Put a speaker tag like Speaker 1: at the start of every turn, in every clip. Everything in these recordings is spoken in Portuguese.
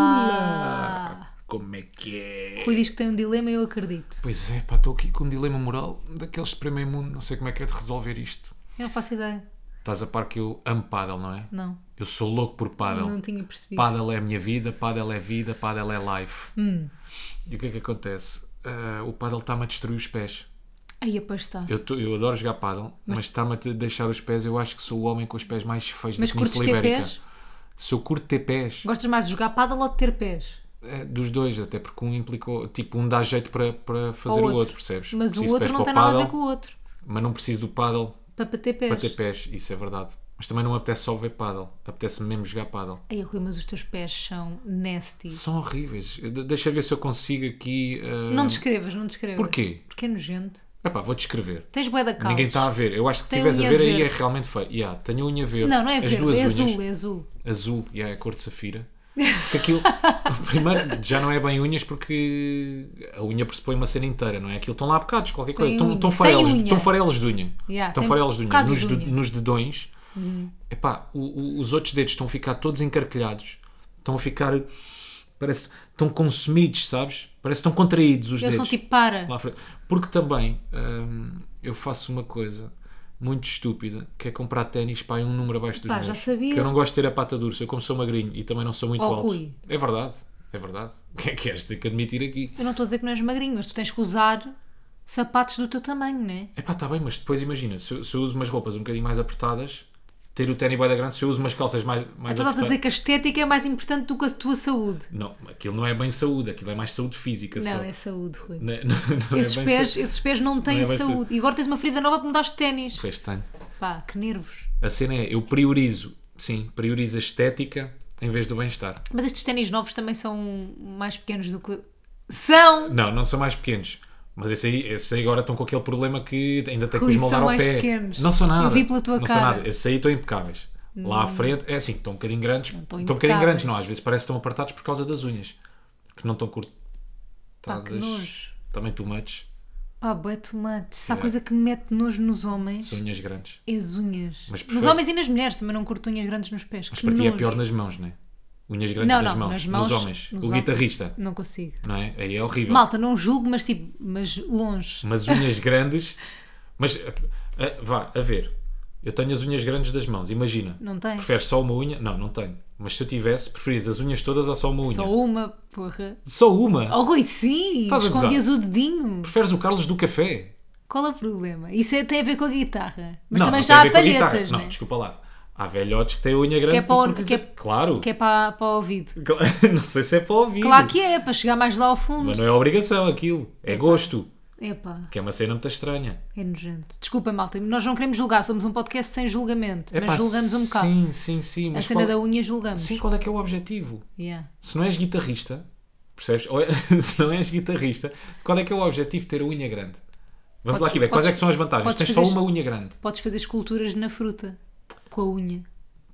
Speaker 1: Olá!
Speaker 2: Como é que é?
Speaker 1: Rui diz que tem um dilema e eu acredito.
Speaker 2: Pois é, pá, estou aqui com um dilema moral daqueles de primeiro mundo, não sei como é que é de resolver isto.
Speaker 1: Eu não faço ideia.
Speaker 2: Estás a par que eu amo pádel, não é?
Speaker 1: Não.
Speaker 2: Eu sou louco por pádel.
Speaker 1: Não tinha percebido.
Speaker 2: Pádel é a minha vida, pádel é vida, pádel é life.
Speaker 1: Hum.
Speaker 2: E o que é que acontece? Ah, o pádel está-me a destruir os pés.
Speaker 1: Aí a pastar.
Speaker 2: Eu, tô- eu adoro jogar pádel, mas está-me a te deixar os pés. Eu acho que sou o homem com os pés mais feios
Speaker 1: Mas
Speaker 2: da Península
Speaker 1: curtes ter
Speaker 2: Ibérica.
Speaker 1: pés?
Speaker 2: Se eu curto ter pés,
Speaker 1: Gostas mais de jogar pádel ou de ter pés?
Speaker 2: É, dos dois, até porque um implicou, tipo, um dá jeito para, para fazer
Speaker 1: Ou
Speaker 2: o outro, percebes?
Speaker 1: Mas
Speaker 2: Preciso de
Speaker 1: o outro
Speaker 2: pés
Speaker 1: não
Speaker 2: para
Speaker 1: tem nada a
Speaker 2: pádel,
Speaker 1: ver com o outro.
Speaker 2: Mas não preciso do paddle
Speaker 1: Para bater pés.
Speaker 2: para ter pés, isso é verdade. Mas também não me apetece só ver paddle, apetece-me mesmo jogar paddle.
Speaker 1: Ai, Rui, mas os teus pés são nasty.
Speaker 2: São horríveis. Eu de- Deixa ver se eu consigo aqui. ah,
Speaker 1: Não descrevas, não descrevas.
Speaker 2: Porquê?
Speaker 1: Porque é nojento.
Speaker 2: Epá, vou descrever.
Speaker 1: Tens bué da calça.
Speaker 2: Ninguém tá está a ver. Eu acho que se
Speaker 1: Tem
Speaker 2: estiveres a
Speaker 1: unha
Speaker 2: ver aí é
Speaker 1: verde.
Speaker 2: realmente feio. Yeah, tenho a unha verde.
Speaker 1: Não, não é
Speaker 2: As
Speaker 1: verde,
Speaker 2: duas
Speaker 1: é
Speaker 2: unhas.
Speaker 1: azul, é azul.
Speaker 2: azul, e é a cor de safira. Porque aquilo, primeiro, já não é bem unhas porque a unha pressupõe uma cena inteira, não é? Aquilo estão lá bocados, qualquer coisa.
Speaker 1: Tem
Speaker 2: Estão
Speaker 1: unha.
Speaker 2: estão
Speaker 1: Tem
Speaker 2: farelos,
Speaker 1: unha.
Speaker 2: estão farelos de unha.
Speaker 1: Yeah,
Speaker 2: estão
Speaker 1: tem
Speaker 2: farelos de unha.
Speaker 1: bocados
Speaker 2: Nos,
Speaker 1: de
Speaker 2: de-
Speaker 1: unha. Uhum.
Speaker 2: nos dedões, epá, o- o- os outros dedos estão a ficar todos encarquilhados, estão a ficar, parece, estão consumidos, sabes? Parece que estão contraídos os
Speaker 1: Eles são
Speaker 2: dedos.
Speaker 1: tipo para.
Speaker 2: Lá à frente. Porque também hum, eu faço uma coisa muito estúpida, que é comprar ténis para um número abaixo dos
Speaker 1: Pá,
Speaker 2: meus.
Speaker 1: já sabia.
Speaker 2: Porque eu não gosto de ter a pata dura, eu como sou magrinho e também não sou muito
Speaker 1: Oh,
Speaker 2: alto.
Speaker 1: Rui.
Speaker 2: É verdade, é verdade. O que é que és? Tenho que admitir aqui.
Speaker 1: Eu não estou a dizer que não és magrinho, mas tu tens que usar sapatos do teu tamanho, não é?
Speaker 2: Epá, está bem, mas depois imagina, se eu, se eu uso umas roupas um bocadinho mais apertadas, ter o ténis bué da grande, se eu uso umas calças mais, mais
Speaker 1: Então estás a
Speaker 2: apertadas...
Speaker 1: dizer que a estética é mais importante do que a tua saúde.
Speaker 2: Não, aquilo não é bem saúde, aquilo é mais saúde física
Speaker 1: Não,
Speaker 2: só.
Speaker 1: é saúde, Rui.
Speaker 2: Não é- não- não é
Speaker 1: esses,
Speaker 2: bem
Speaker 1: pés,
Speaker 2: saúde.
Speaker 1: esses pés não têm
Speaker 2: Não é bem
Speaker 1: saúde. E agora tens uma ferida nova para mudar de ténis.
Speaker 2: Pois tenho.
Speaker 1: Pá, que nervos.
Speaker 2: A cena é, eu priorizo, sim, priorizo a estética em vez do bem-estar.
Speaker 1: Mas estes ténis novos também são mais pequenos do que. São!
Speaker 2: Não, não são mais pequenos. Mas esses aí, esses aí agora estão com aquele problema que ainda tem que
Speaker 1: Rui,
Speaker 2: os moldar
Speaker 1: são
Speaker 2: ao
Speaker 1: mais
Speaker 2: pé.
Speaker 1: pequenos.
Speaker 2: Não são nada.
Speaker 1: Eu vi pela tua
Speaker 2: não
Speaker 1: cara. Hum.
Speaker 2: São nada. Esses aí estão impecáveis. Lá à frente, é assim, estão um bocadinho grandes.
Speaker 1: estão
Speaker 2: Estão um bocadinho
Speaker 1: impecáveis.
Speaker 2: grandes, não. Às vezes parece que estão apertados por causa das unhas. Que não estão
Speaker 1: Pá, que
Speaker 2: cortadas.
Speaker 1: nojo.
Speaker 2: Também too much.
Speaker 1: Pá, bué tomates. Se há
Speaker 2: Yeah.
Speaker 1: coisa que me mete nojo nos homens,
Speaker 2: É. São unhas grandes.
Speaker 1: é as unhas.
Speaker 2: Mas
Speaker 1: nos
Speaker 2: prefere-
Speaker 1: homens e nas mulheres também não curto unhas grandes nos pés.
Speaker 2: Mas
Speaker 1: que
Speaker 2: para ti é
Speaker 1: nojo.
Speaker 2: pior nas mãos, não é? Unhas grandes
Speaker 1: Não,
Speaker 2: nas,
Speaker 1: não,
Speaker 2: mãos.
Speaker 1: nas mãos,
Speaker 2: Nos homens.
Speaker 1: nos
Speaker 2: o
Speaker 1: homens.
Speaker 2: guitarrista,
Speaker 1: Não consigo.
Speaker 2: não é? Aí é horrível.
Speaker 1: Malta, não julgo, mas tipo, mas longe.
Speaker 2: Mas unhas grandes. Mas ah, ah, vá, a ver. Eu tenho as unhas grandes das mãos, imagina.
Speaker 1: Não tens?
Speaker 2: Preferes só uma unha? Não, não tenho. Mas se eu tivesse, preferias as unhas todas ou só uma unha?
Speaker 1: Só uma, porra.
Speaker 2: Só uma?
Speaker 1: Oh, Rui, sim!
Speaker 2: Estás a gozar?
Speaker 1: Escondias o dedinho.
Speaker 2: Preferes o Carlos do café?
Speaker 1: Qual é o problema? Isso é- tem a ver com a guitarra. Mas
Speaker 2: não,
Speaker 1: também
Speaker 2: não
Speaker 1: já
Speaker 2: tem
Speaker 1: há
Speaker 2: a ver com a guitarra.
Speaker 1: palhetas,
Speaker 2: Não,
Speaker 1: né?
Speaker 2: desculpa lá. Há velhotes que têm a unha grande.
Speaker 1: é para o-
Speaker 2: porque-
Speaker 1: que é-
Speaker 2: Claro.
Speaker 1: Que é para, para o ouvido.
Speaker 2: Cla- não sei se é para ouvir.
Speaker 1: Claro que é, para chegar mais lá ao fundo.
Speaker 2: Mas não é obrigação aquilo. É gosto.
Speaker 1: Epá,
Speaker 2: Que é uma cena muito estranha.
Speaker 1: é nojento. Desculpa, malta, nós não queremos julgar, somos um podcast sem julgamento.
Speaker 2: Epá,
Speaker 1: mas julgamos um bocado.
Speaker 2: Sim, sim, sim.
Speaker 1: a
Speaker 2: Mas
Speaker 1: cena
Speaker 2: qual...
Speaker 1: da unha julgamos.
Speaker 2: Sim, qual é que é o objetivo?
Speaker 1: Yeah.
Speaker 2: Se não és guitarrista, percebes? Ou é- se não és guitarrista, qual é que é o objetivo de ter a unha grande? Vamos
Speaker 1: Podes-
Speaker 2: lá aqui ver. Quais
Speaker 1: podes-
Speaker 2: é que são as vantagens?
Speaker 1: podes
Speaker 2: Tens
Speaker 1: fazer-
Speaker 2: só uma unha grande.
Speaker 1: Podes fazer esculturas na fruta com a unha.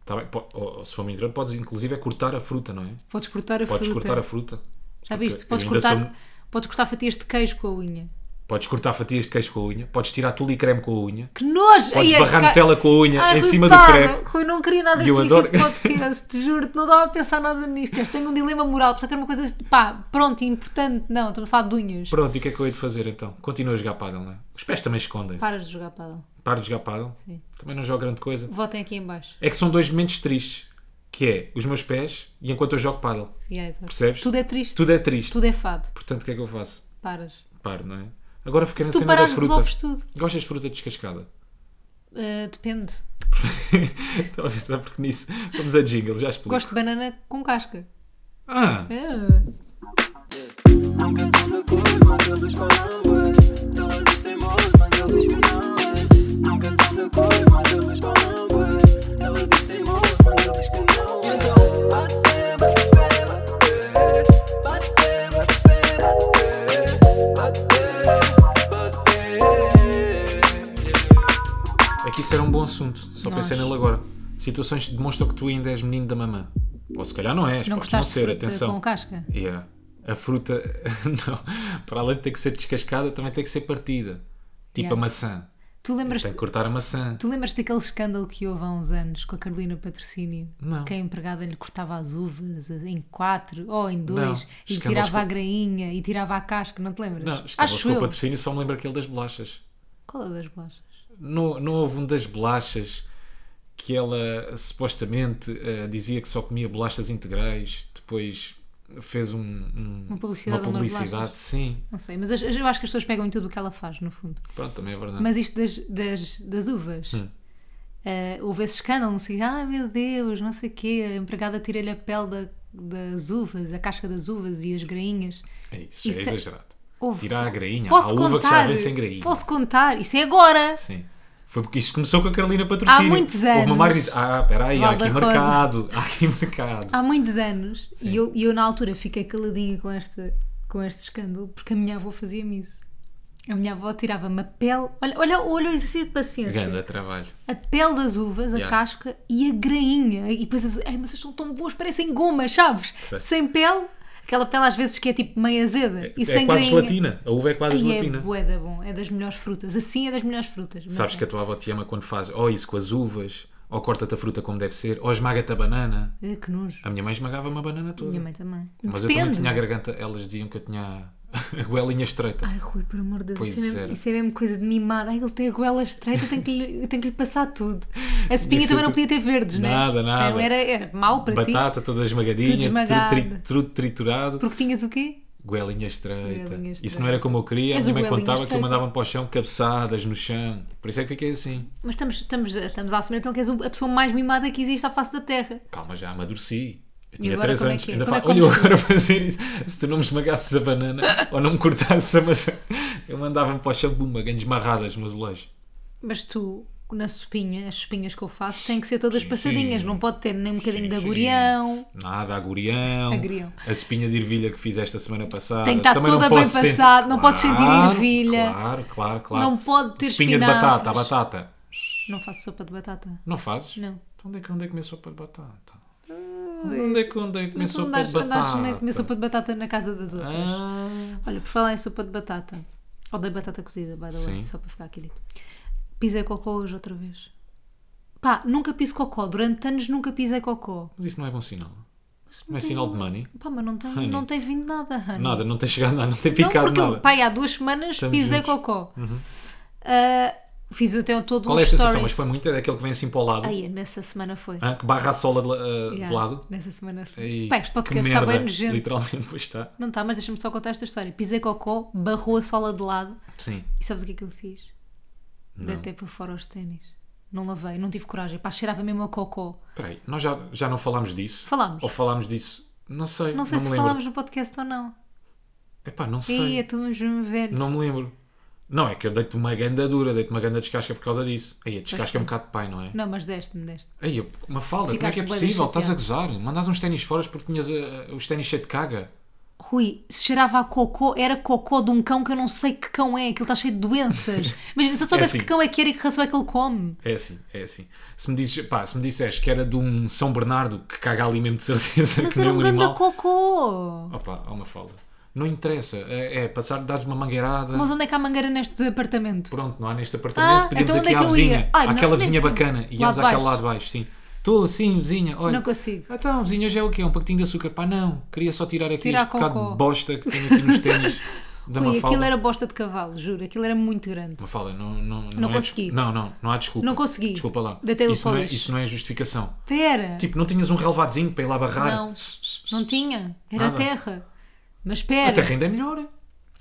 Speaker 2: Tá bem, po- ou- ou se for muito grande, podes inclusive é cortar a fruta, não é?
Speaker 1: Podes cortar a
Speaker 2: Podes
Speaker 1: fruta.
Speaker 2: cortar a fruta.
Speaker 1: Já
Speaker 2: Porque
Speaker 1: viste? Podes
Speaker 2: eu ainda
Speaker 1: cortar,
Speaker 2: sou-
Speaker 1: podes cortar fatias de queijo com a unha.
Speaker 2: Podes cortar fatias de queijo com a unha, podes tirar tule e creme com a unha,
Speaker 1: Que nojo!
Speaker 2: podes
Speaker 1: Ai, é
Speaker 2: barrar
Speaker 1: ca-
Speaker 2: Nutella com a unha
Speaker 1: Ai,
Speaker 2: em
Speaker 1: Rui,
Speaker 2: cima
Speaker 1: para.
Speaker 2: do crepe.
Speaker 1: Rui, não queria nada
Speaker 2: E eu
Speaker 1: deste início de
Speaker 2: adoro-
Speaker 1: podcast, te juro, não estava a pensar nada nisto. Eu tenho um dilema moral, só que era uma coisa, pá, pronto, importante. Não, estamos a falar de unhas.
Speaker 2: Pronto, e o que é que eu hei de fazer então? Continua a jogar pádel, não é? Os pés também escondem-se.
Speaker 1: Para de jogar pádel.
Speaker 2: Paro de jogar pádel.
Speaker 1: Sim.
Speaker 2: Também não jogo grande coisa.
Speaker 1: Votem aqui em baixo.
Speaker 2: É que são dois momentos tristes, que é os meus pés e enquanto eu jogo pádel.
Speaker 1: Yeah, exato.
Speaker 2: Percebes?
Speaker 1: Tudo é triste.
Speaker 2: Tudo é triste.
Speaker 1: Tudo é fado.
Speaker 2: Portanto, o que é que eu faço?
Speaker 1: Paras.
Speaker 2: Paro, não é? Agora fiquei
Speaker 1: Se
Speaker 2: na
Speaker 1: tu
Speaker 2: cena da
Speaker 1: parares,
Speaker 2: fruta.
Speaker 1: resolves tudo.
Speaker 2: Gostas de fruta descascada?
Speaker 1: Uh, depende.
Speaker 2: Estava a pensar porque nisso. Vamos a jingle, já explico.
Speaker 1: Gosto de banana com casca.
Speaker 2: Ah!
Speaker 1: Ah.
Speaker 3: Nunca tão de cor, mas eles falam bué. Ela diz teimoso, mas ele diz que não é. Nunca tão de cor, mas eles falam bué. Ela diz teimoso, mas ele diz que não é. Então, bate, bate, bate, bate. Bate, bate, bate, bate, bate.
Speaker 2: É que isso era um bom assunto, só
Speaker 1: Nós.
Speaker 2: pensei nele agora. Situações que demonstram que tu ainda és menino da mamã. Ou se calhar não és,
Speaker 1: Não
Speaker 2: podes não
Speaker 1: gostaste de
Speaker 2: ser,
Speaker 1: fruta com
Speaker 2: atenção.
Speaker 1: casca?
Speaker 2: Yeah. A fruta, não, para além de ter que ser descascada, também tem que ser partida. Tipo
Speaker 1: Yeah.
Speaker 2: a maçã.
Speaker 1: Tu lembras
Speaker 2: Tem que cortar a maçã.
Speaker 1: Tu lembras daquele escândalo que houve há uns anos com a Carolina Patrocínio?
Speaker 2: Não.
Speaker 1: Que a empregada lhe cortava as uvas em quatro ou em dois
Speaker 2: Não.
Speaker 1: e
Speaker 2: Escândalos
Speaker 1: tirava a
Speaker 2: com-
Speaker 1: grainha e tirava a casca, não te lembras?
Speaker 2: Não, escapou
Speaker 1: Acho
Speaker 2: com o
Speaker 1: eu.
Speaker 2: patrocínio, só me lembro aquele das bolachas.
Speaker 1: Qual é o das bolachas?
Speaker 2: Não, não houve um das bolachas que ela supostamente eh, dizia que só comia bolachas integrais, depois fez um, um-
Speaker 1: Uma publicidade
Speaker 2: uma
Speaker 1: a umas
Speaker 2: publicidade
Speaker 1: bolachas.
Speaker 2: sim.
Speaker 1: Não sei, mas eu, eu acho que as pessoas pegam em tudo o que ela faz, no fundo.
Speaker 2: Pronto, também é verdade.
Speaker 1: Mas isto das, das, das uvas.
Speaker 2: Hum.
Speaker 1: eh, houve esse escândalo, não sei, ah meu Deus, não sei o quê, a empregada tira-lhe a pele da- das uvas, a casca das uvas e as grainhas.
Speaker 2: é isso, já é
Speaker 1: isso é-
Speaker 2: exagerado.
Speaker 1: Houve-
Speaker 2: Tirar a grainha,
Speaker 1: Posso
Speaker 2: a uva
Speaker 1: contar?
Speaker 2: que já vem sem grainha.
Speaker 1: Posso contar? Isso é agora!
Speaker 2: Sim. Foi porque isto começou com a Carolina Patrocínio.
Speaker 1: Há muitos
Speaker 2: Houve uma
Speaker 1: anos.
Speaker 2: marca e disse, ah, espera aí, há
Speaker 1: Valda
Speaker 2: aqui
Speaker 1: Rosa.
Speaker 2: mercado, há aqui mercado.
Speaker 1: há muitos anos
Speaker 2: Sim.
Speaker 1: e eu, e eu na altura fiquei caladinha com este, com este escândalo porque a minha avó fazia-me isso. A minha avó tirava-me a pele, olha, olha, olha o exercício de paciência.
Speaker 2: Ganda trabalho.
Speaker 1: A pele das uvas, a
Speaker 2: Yeah.
Speaker 1: casca e a grainha. E depois as, Ai, mas vocês são tão boas, parecem gomas, sabes?
Speaker 2: Sei.
Speaker 1: Sem pele, aquela pele às vezes que é tipo meio azeda e
Speaker 2: é
Speaker 1: sem
Speaker 2: quase
Speaker 1: grainha.
Speaker 2: gelatina. A uva é quase
Speaker 1: E é
Speaker 2: gelatina.
Speaker 1: bué da bom, é das melhores frutas. Assim é das melhores frutas. Mas é.
Speaker 2: Sabes que a tua avó te ama quando faz ou isso com as uvas, ou corta-te a fruta como deve ser, ou esmaga-te a banana.
Speaker 1: é. Que nojo.
Speaker 2: A minha mãe esmagava-me a banana toda.
Speaker 1: Minha mãe também.
Speaker 2: Mas eu também
Speaker 1: Depende.
Speaker 2: tinha a garganta, elas diziam que eu tinha a goelinha estreita.
Speaker 1: Ai, Rui, por amor de Deus,
Speaker 2: Pois
Speaker 1: isso é, mesmo,
Speaker 2: era.
Speaker 1: isso é mesmo coisa de mimada. Ai, ele tem a goela estreita, eu tenho que lhe, eu tenho que lhe passar tudo. A espinha
Speaker 2: ser
Speaker 1: também não
Speaker 2: tudo-
Speaker 1: podia ter verdes, né?
Speaker 2: Nada,
Speaker 1: Senão
Speaker 2: nada.
Speaker 1: era, era mau Ah, para ti.
Speaker 2: Batata toda esmagadinha,
Speaker 1: Tudo
Speaker 2: tudo,
Speaker 1: esmagado.
Speaker 2: tri- tudo triturado,
Speaker 1: Porque tinhas o quê?
Speaker 2: goelinha estreita.
Speaker 1: Goelinha
Speaker 2: Isso
Speaker 1: estreita.
Speaker 2: não era como eu queria, a
Speaker 1: Mas
Speaker 2: minha
Speaker 1: o
Speaker 2: mãe
Speaker 1: goelinha
Speaker 2: contava que eu
Speaker 1: estreita.
Speaker 2: mandava-me para o chão cabeçadas no chão. Por isso é que fiquei assim.
Speaker 1: Mas estamos, estamos, estamos a assumir então que és o- a pessoa mais mimada que existe à face da Terra.
Speaker 2: Calma, já amadureci. Eu tinha
Speaker 1: agora
Speaker 2: 3
Speaker 1: como é
Speaker 2: anos.
Speaker 1: que é?
Speaker 2: Ainda
Speaker 1: Como é
Speaker 2: fa-
Speaker 1: que
Speaker 2: Olha, eu
Speaker 1: comes
Speaker 2: agora fazer isso. Se tu não me esmagasses a banana ou não me cortasses a maçã, eu mandava-me para o chão, bumba, ganhas marradas no azulejo.
Speaker 1: Mas tu, na sopinha, as sopinhas que eu faço têm que ser todas
Speaker 2: Sim,
Speaker 1: passadinhas,
Speaker 2: sim.
Speaker 1: não pode ter nem um bocadinho
Speaker 2: Sim,
Speaker 1: de
Speaker 2: sim.
Speaker 1: agurião.
Speaker 2: Nada, agurião.
Speaker 1: Agurião.
Speaker 2: A espinha de ervilha que fiz esta semana passada.
Speaker 1: Tem que estar
Speaker 2: Também
Speaker 1: toda
Speaker 2: não
Speaker 1: bem
Speaker 2: posso sentir-
Speaker 1: passada, não pode sentir
Speaker 2: Claro,
Speaker 1: ervilha.
Speaker 2: Claro, claro, claro.
Speaker 1: Não pode ter
Speaker 2: Espinha de
Speaker 1: espinafres.
Speaker 2: batata, a batata.
Speaker 1: Não faço sopa de batata.
Speaker 2: Não fazes?
Speaker 1: Não.
Speaker 2: Então onde é que onde é que comer sopa de batata? Onde é que onde é que comer
Speaker 1: Mas tu
Speaker 2: sopa de
Speaker 1: andaste,
Speaker 2: batata?
Speaker 1: andaste é na, comer sopa de batata na casa das outras.
Speaker 2: Ah,
Speaker 1: Olha, por falar em sopa de batata. Odeio batata cozida, by the way,
Speaker 2: Sim.
Speaker 1: só para ficar aqui dito. Pisei cocó hoje outra vez. Pá, nunca piso cocó. Durante anos nunca pisei cocó.
Speaker 2: mas isso não é bom sinal. Não é sinal
Speaker 1: um-
Speaker 2: de money.
Speaker 1: Pá, mas não tem,
Speaker 2: Honey.
Speaker 1: não tem vindo nada, honey.
Speaker 2: Nada, não tem chegado nada, não tem
Speaker 1: Não,
Speaker 2: picado
Speaker 1: porque eu,
Speaker 2: nada.
Speaker 1: pá, há duas semanas
Speaker 2: Estamos
Speaker 1: pisei
Speaker 2: juntos. Uhum.
Speaker 1: cocó. Ah, fiz até todo
Speaker 2: Qual
Speaker 1: um
Speaker 2: é a sensação?
Speaker 1: stories.
Speaker 2: Mas foi muito, é daquele que vem assim para o lado,
Speaker 1: Ai, nessa semana foi.
Speaker 2: hã, que barra a sola de, la- ah, de
Speaker 1: Yeah,
Speaker 2: lado.
Speaker 1: Nessa semana foi.
Speaker 2: E
Speaker 1: Pá, este
Speaker 2: que
Speaker 1: podcast
Speaker 2: merda,
Speaker 1: está bem nojento.
Speaker 2: Literalmente, pois está.
Speaker 1: Não está, mas deixa-me só contar esta história. Pisei cocó, barrou a sola de lado.
Speaker 2: Sim.
Speaker 1: E sabes o que é que eu fiz? Dei até para fora os ténis. Não lavei, não tive coragem. Pá, cheirava mesmo a cocó.
Speaker 2: Espera aí, nós já, já não falámos disso?
Speaker 1: Falámos.
Speaker 2: Ou falámos disso? Oh, Não sei,
Speaker 1: Não sei
Speaker 2: me
Speaker 1: se
Speaker 2: lembro.
Speaker 1: falámos no podcast ou não.
Speaker 2: Epá, não sei,
Speaker 1: Ei, tu um velho.
Speaker 2: não me lembro. Não, é que eu deito uma ganda dura, deito uma ganda descasca por causa disso. Aí a descasca é um bocado de pai, não é?
Speaker 1: Não, mas deste-me, deste.
Speaker 2: Aí, eu- uma falda, como é
Speaker 1: Ficaste
Speaker 2: que é
Speaker 1: bué
Speaker 2: possível? Estás a
Speaker 1: chateado.
Speaker 2: gozar? Mandás uns ténis fora porque tinhas ah, os ténis cheio de caga.
Speaker 1: Rui, se cheirava a cocô, era cocô de um cão que eu não sei que cão é, aquilo está cheio de doenças. Imagina, se eu soubesse
Speaker 2: assim.
Speaker 1: que cão é que era e que ração é que ele come.
Speaker 2: É assim, é assim. Se me, dizes, pá, se me disseres que era de um São Bernardo que caga ali mesmo de certeza
Speaker 1: Mas
Speaker 2: que nem
Speaker 1: era um
Speaker 2: um
Speaker 1: ganda
Speaker 2: animal. Ah.
Speaker 1: cocô.
Speaker 2: Opa, há uma falda. Não interessa. É, é passar, dás uma mangueirada.
Speaker 1: Mas onde é que há mangueira neste apartamento?
Speaker 2: Pronto, não há neste apartamento.
Speaker 1: Ah,
Speaker 2: Pedimos
Speaker 1: então onde
Speaker 2: aqui
Speaker 1: é
Speaker 2: à
Speaker 1: que eu
Speaker 2: vizinha.
Speaker 1: ia? Ai, não,
Speaker 2: àquela
Speaker 1: nem-
Speaker 2: vizinha bacana. E
Speaker 1: Lá
Speaker 2: íamos
Speaker 1: de
Speaker 2: àquela
Speaker 1: baixo.
Speaker 2: lá de baixo, sim. Estou, sim, vizinha. Olha.
Speaker 1: Não consigo.
Speaker 2: Ah, Então, vizinha, hoje é o quê? Um pacotinho de açúcar? Pá, não. Queria só tirar aqui
Speaker 1: Tirar
Speaker 2: este bocado
Speaker 1: cocó.
Speaker 2: de bosta que tenho aqui nos ténis da
Speaker 1: Rui,
Speaker 2: Mafalda.
Speaker 1: aquilo era bosta de cavalo, juro. Aquilo era muito grande.
Speaker 2: Mafalda, não, não, não,
Speaker 1: Não
Speaker 2: é
Speaker 1: consegui.
Speaker 2: desculpa. Não, não, não há desculpa.
Speaker 1: Não consegui.
Speaker 2: Desculpa lá.
Speaker 1: Deitei-o
Speaker 2: isso,
Speaker 1: para o
Speaker 2: não é,
Speaker 1: lixo.
Speaker 2: isso não é justificação.
Speaker 1: Pera.
Speaker 2: Tipo, não tinhas um relevadozinho para ir lá barrar?
Speaker 1: Não. Não tinha, era
Speaker 2: Nada.
Speaker 1: terra. Mas
Speaker 2: A
Speaker 1: espera,
Speaker 2: terra ainda é melhor.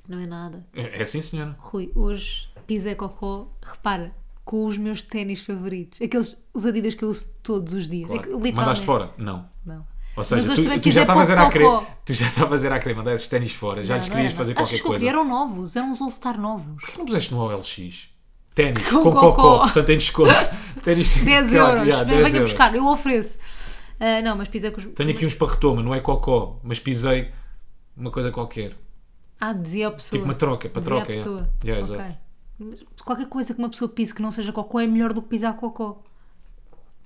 Speaker 1: não é nada.
Speaker 2: É, é assim, senhora.
Speaker 1: Rui, hoje pisei cocó, repara, com os meus ténis favoritos. Aqueles, os adidas que eu uso todos os dias. É que,
Speaker 2: Claro.
Speaker 1: literalmente-
Speaker 2: Mandaste fora? Não.
Speaker 1: Não.
Speaker 2: Ou
Speaker 1: Mas
Speaker 2: seja,
Speaker 1: hoje também é
Speaker 2: tu, tu já
Speaker 1: pisei
Speaker 2: estavas era a querer,
Speaker 1: cocó.
Speaker 2: tu já estavas era a querer mandar esses ténis fora, já
Speaker 1: Não,
Speaker 2: lhes
Speaker 1: não
Speaker 2: querias
Speaker 1: era
Speaker 2: fazer
Speaker 1: nada. Acho
Speaker 2: qualquer
Speaker 1: que eu
Speaker 2: coisa.
Speaker 1: queria eram novos, eram uns All-Star novos.
Speaker 2: Porquê não puseste no OLX? Ténis
Speaker 1: Com
Speaker 2: com, cocó,
Speaker 1: cocó.
Speaker 2: portanto tem desconto. Ténis
Speaker 1: 10
Speaker 2: Claro,
Speaker 1: euros,
Speaker 2: yeah,
Speaker 1: Vem-
Speaker 2: 10
Speaker 1: venha
Speaker 2: euros.
Speaker 1: buscar, eu ofereço. Ah, não, mas pisei com os.
Speaker 2: Tenho aqui uns para retoma, não é cocó, mas pisei uma coisa qualquer.
Speaker 1: Ah, dizia a pessoa.
Speaker 2: Tipo uma troca, para
Speaker 1: Dizia
Speaker 2: troca.
Speaker 1: a
Speaker 2: é.
Speaker 1: pessoa.
Speaker 2: Yeah,
Speaker 1: Ok.
Speaker 2: exato.
Speaker 1: Mas Qualquer coisa que uma pessoa pise que não seja cocó é melhor do que pisar cocó.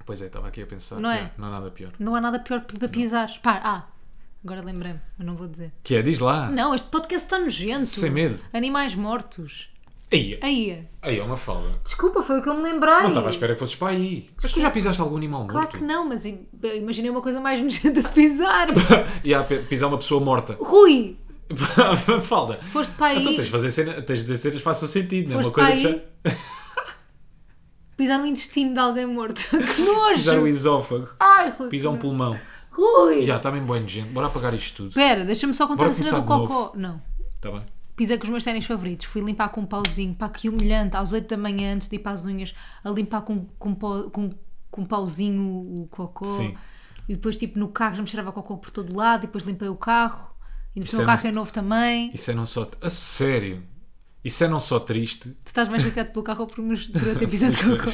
Speaker 2: Pois é, estava aqui a pensar.
Speaker 1: Não é?
Speaker 2: yeah, não há nada pior.
Speaker 1: Não há nada pior para pisares. Pá, ah, agora lembrei-me, mas não vou dizer.
Speaker 2: Que é, diz lá.
Speaker 1: Não, este podcast está nojento.
Speaker 2: Sem medo.
Speaker 1: Animais mortos.
Speaker 2: Aí,
Speaker 1: Aí,
Speaker 2: aí é uma falda.
Speaker 1: desculpa, foi o que eu me lembrei.
Speaker 2: Não estava à espera que fosses para aí. Mas tu já pisaste algum animal
Speaker 1: Claro
Speaker 2: morto?
Speaker 1: que não, mas i- imaginei uma coisa mais nojenta de pisar.
Speaker 2: E há pe- pisar uma pessoa morta.
Speaker 1: Rui,
Speaker 2: falda.
Speaker 1: foste para aí
Speaker 2: Então tens de fazer cena, tens de dizer cenas que façam sentido, não é?
Speaker 1: Foste
Speaker 2: Uma coisa
Speaker 1: para
Speaker 2: que
Speaker 1: aí.
Speaker 2: já.
Speaker 1: pisar no intestino de alguém morto. que
Speaker 2: Pisar o
Speaker 1: nojo!
Speaker 2: esófago,
Speaker 1: Ai, Rui.
Speaker 2: pisar um pulmão.
Speaker 1: Rui!
Speaker 2: Já, está bem bom, gente. Bora apagar isto tudo.
Speaker 1: Espera, deixa-me só contar
Speaker 2: Bora
Speaker 1: a cena
Speaker 2: começar
Speaker 1: do
Speaker 2: de
Speaker 1: cocó. Não.
Speaker 2: Está bem?
Speaker 1: Pisei é com os meus ténis favoritos. Fui limpar com um pauzinho. Pá, que humilhante. Às 8 da manhã, antes de ir para as unhas, a limpar com, com, pau- com, com um pauzinho o, o cocô.
Speaker 2: Sim.
Speaker 1: E depois, tipo, no carro já me cheirava cocô por todo lado. E depois limpei o carro. E depois
Speaker 2: Isso é
Speaker 1: o carro
Speaker 2: nosso-
Speaker 1: é novo também.
Speaker 2: Isso é não só. A sério. Isso é não só triste.
Speaker 1: Tu estás mais chateado pelo carro ou por, meus- por eu ter pisado cocô?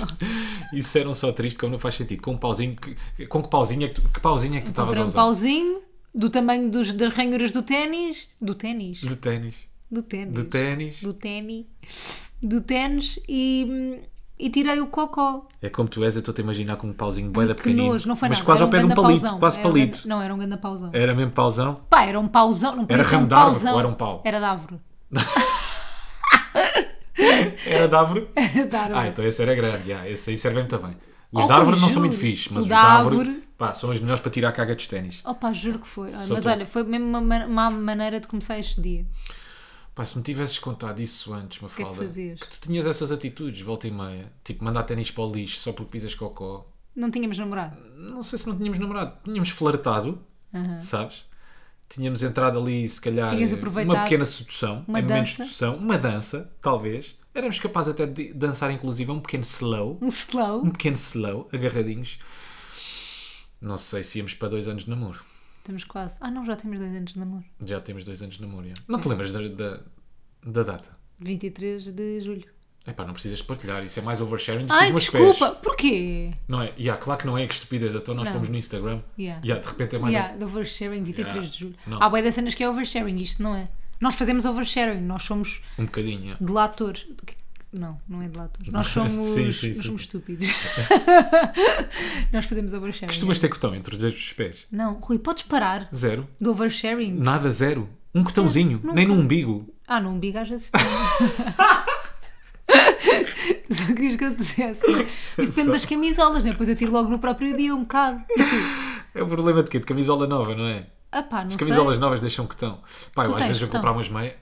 Speaker 2: Isso é não só triste, como não faz sentido. Com um pauzinho. que- Com que pauzinho é que tu, que pauzinho é que tu estavas
Speaker 1: Comprei
Speaker 2: a
Speaker 1: um
Speaker 2: usar?
Speaker 1: pauzinho do tamanho dos, das ranhuras do ténis. Do ténis?
Speaker 2: De ténis.
Speaker 1: Do ténis.
Speaker 2: De ténis.
Speaker 1: do ténis do ténis e, e tirei o cocó.
Speaker 2: É como tu és, eu estou-te a imaginar com um pauzinho bué da
Speaker 1: Que
Speaker 2: pequenino.
Speaker 1: nojo, não foi
Speaker 2: mas
Speaker 1: nada.
Speaker 2: quase
Speaker 1: era
Speaker 2: ao pé de um
Speaker 1: ganda
Speaker 2: palito.
Speaker 1: pauzão.
Speaker 2: Quase
Speaker 1: Era um
Speaker 2: palito.
Speaker 1: ganda- não, era um grande pauzão.
Speaker 2: Era mesmo pauzão.
Speaker 1: Pá, era um pauzão, não podia
Speaker 2: Era
Speaker 1: ser um
Speaker 2: ramo de árvore
Speaker 1: pauzão.
Speaker 2: ou era um pau?
Speaker 1: Era de árvore.
Speaker 2: Era de árvore.
Speaker 1: Era de árvore.
Speaker 2: Ah, então esse era grande, já. esse aí serve muito bem. Os
Speaker 1: é? Oh,
Speaker 2: de árvore não
Speaker 1: juro.
Speaker 2: são muito fixes, mas
Speaker 1: O
Speaker 2: os de
Speaker 1: da
Speaker 2: árvore,
Speaker 1: árvore-
Speaker 2: pá, são os melhores para tirar a caga dos ténis.
Speaker 1: Opa, juro que foi. Olha,
Speaker 2: Só
Speaker 1: Mas
Speaker 2: tu.
Speaker 1: olha, foi mesmo uma, ma- má maneira de começar este dia.
Speaker 2: Pá, se me tivesses contado isso antes, uma
Speaker 1: que é que fazias?
Speaker 2: tu tinhas essas atitudes, volta e meia, tipo mandar ténis para o lixo só porque pisas cocó.
Speaker 1: Não tínhamos namorado.
Speaker 2: Não sei se não tínhamos namorado, tínhamos flertado,
Speaker 1: Aham.
Speaker 2: sabes? Tínhamos entrado ali, se calhar,
Speaker 1: Tinhas
Speaker 2: eh,
Speaker 1: aproveitado
Speaker 2: uma pequena sedução,
Speaker 1: uma
Speaker 2: em momentos de
Speaker 1: dança.
Speaker 2: sedução, uma dança, talvez. Éramos capazes até de dançar, inclusive, um pequeno slow.
Speaker 1: Um slow.
Speaker 2: um pequeno slow, agarradinhos. Não sei se íamos para dois anos de namoro.
Speaker 1: Estamos quase. Ah, não, já temos dois anos de namoro.
Speaker 2: Já temos dois anos de namoro. já. Não te lembras da, da, da data?
Speaker 1: 23 de julho.
Speaker 2: Epá, não precisas partilhar, isso é mais oversharing do que
Speaker 1: Ai,
Speaker 2: os meus
Speaker 1: desculpa.
Speaker 2: pés.
Speaker 1: Porquê?
Speaker 2: Não é? Yeah, claro que não é, que estupidez. Então nós
Speaker 1: Não.
Speaker 2: fomos no Instagram.
Speaker 1: Yeah.
Speaker 2: Yeah, de repente é mais.
Speaker 1: Yeah, do oversharing 23
Speaker 2: Yeah.
Speaker 1: de julho.
Speaker 2: Não.
Speaker 1: Há boia das cenas que é oversharing, isto não é? Nós fazemos oversharing, nós somos
Speaker 2: Um, um bocadinho. yeah.
Speaker 1: delatores. Não, não é delatores. Nós somos,
Speaker 2: Sim, sim,
Speaker 1: nós
Speaker 2: sim.
Speaker 1: somos estúpidos. nós fazemos oversharing.
Speaker 2: Costumas ter cotão entre os dedos dos pés?
Speaker 1: Não, Rui, podes parar
Speaker 2: Zero.
Speaker 1: do oversharing?
Speaker 2: Nada, zero. Um cotãozinho. Nem no umbigo.
Speaker 1: Ah, no umbigo às vezes tem. Só querias que eu te dissesse. Isso depende
Speaker 2: Só.
Speaker 1: das camisolas, né? Depois eu tiro logo no próprio dia um bocado. E tu?
Speaker 2: É o problema de quê? De camisola nova, não é?
Speaker 1: Ah pá, não
Speaker 2: As
Speaker 1: sei.
Speaker 2: camisolas novas deixam cotão. Pá,
Speaker 1: Tu
Speaker 2: eu às
Speaker 1: tens
Speaker 2: vezes vou
Speaker 1: cotão?
Speaker 2: comprar umas meias,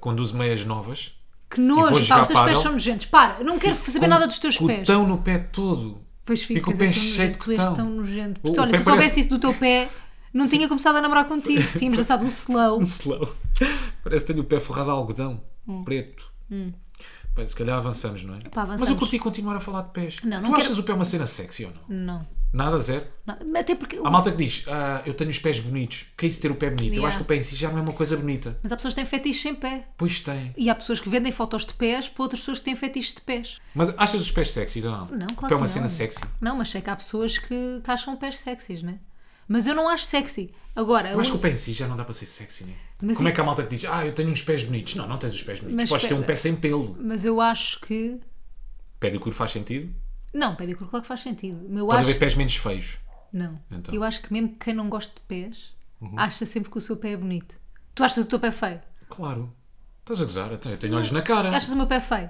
Speaker 2: conduzo meias novas.
Speaker 1: Que
Speaker 2: E vou
Speaker 1: nojo, pá,
Speaker 2: jogar
Speaker 1: os teus pés
Speaker 2: pádel.
Speaker 1: são nojentos. Para, eu não quero saber
Speaker 2: Com
Speaker 1: nada dos teus pés.
Speaker 2: Cotão no pé todo.
Speaker 1: Pois fica,
Speaker 2: Fica o pé
Speaker 1: é tão
Speaker 2: cheio de
Speaker 1: nojento, Tu és
Speaker 2: cotão.
Speaker 1: tão nojento.
Speaker 2: O-
Speaker 1: Porque,
Speaker 2: o
Speaker 1: olha,
Speaker 2: pé
Speaker 1: se eu soubesse
Speaker 2: parece-
Speaker 1: isso do teu pé, não tinha começado a namorar contigo. Tínhamos lançado um slow.
Speaker 2: Um slow. Parece que tenho o pé forrado a algodão. Preto. Bem, se calhar avançamos, não é?
Speaker 1: Pá, Hum. avançamos.
Speaker 2: Mas eu curti continuar a falar de pés.
Speaker 1: Não, não
Speaker 2: tu
Speaker 1: quero-
Speaker 2: achas o pé uma cena sexy ou não?
Speaker 1: Não.
Speaker 2: Nada, zero.
Speaker 1: Não, Até porque.
Speaker 2: Há malta que diz, ah, eu tenho os pés bonitos. O que é isso de ter o pé bonito? Eu
Speaker 1: Yeah.
Speaker 2: acho que o pé em si já não é uma coisa bonita.
Speaker 1: Mas há pessoas que têm fetiches sem pé.
Speaker 2: Pois tem.
Speaker 1: E há pessoas que vendem fotos de pés para outras pessoas que têm fetiches de pés.
Speaker 2: Mas achas os pés sexys ou não?
Speaker 1: Não, claro
Speaker 2: O pé é uma
Speaker 1: que
Speaker 2: cena
Speaker 1: não.
Speaker 2: sexy.
Speaker 1: Não, mas sei que há pessoas que, que acham pés sexys, né? Mas eu não acho sexy. Agora,
Speaker 2: Eu acho que
Speaker 1: o-
Speaker 2: o pé em si já não dá para ser sexy, né?
Speaker 1: Mas
Speaker 2: Como
Speaker 1: e-
Speaker 2: é que há malta que diz, ah, eu tenho uns pés bonitos? Não, não tens os pés bonitos.
Speaker 1: Mas
Speaker 2: Podes ter um
Speaker 1: espera.
Speaker 2: pé sem pelo.
Speaker 1: mas eu acho que.
Speaker 2: Pé de curo faz sentido?
Speaker 1: Não, pedicure, claro que faz sentido. Mas Eu
Speaker 2: Pode
Speaker 1: acho.
Speaker 2: haver pés menos feios.
Speaker 1: Não.
Speaker 2: Então. Uhum.
Speaker 1: Eu acho que mesmo quem não gosta de pés acha sempre que o seu pé é bonito. Tu achas o teu pé feio?
Speaker 2: Claro. Estás a gozar? Eu tenho, eu tenho olhos na cara.
Speaker 1: Achas o meu pé feio?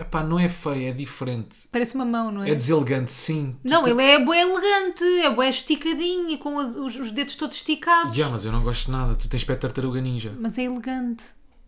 Speaker 2: Epá, não é feio, é diferente.
Speaker 1: Parece uma mão, não é?
Speaker 2: É deselegante, sim.
Speaker 1: Não, ele é bué elegante, é bué esticadinho e com as- os, os dedos todos esticados.
Speaker 2: Já, mas eu não gosto de nada. Tu tens pé de tartaruga ninja.
Speaker 1: Mas é elegante.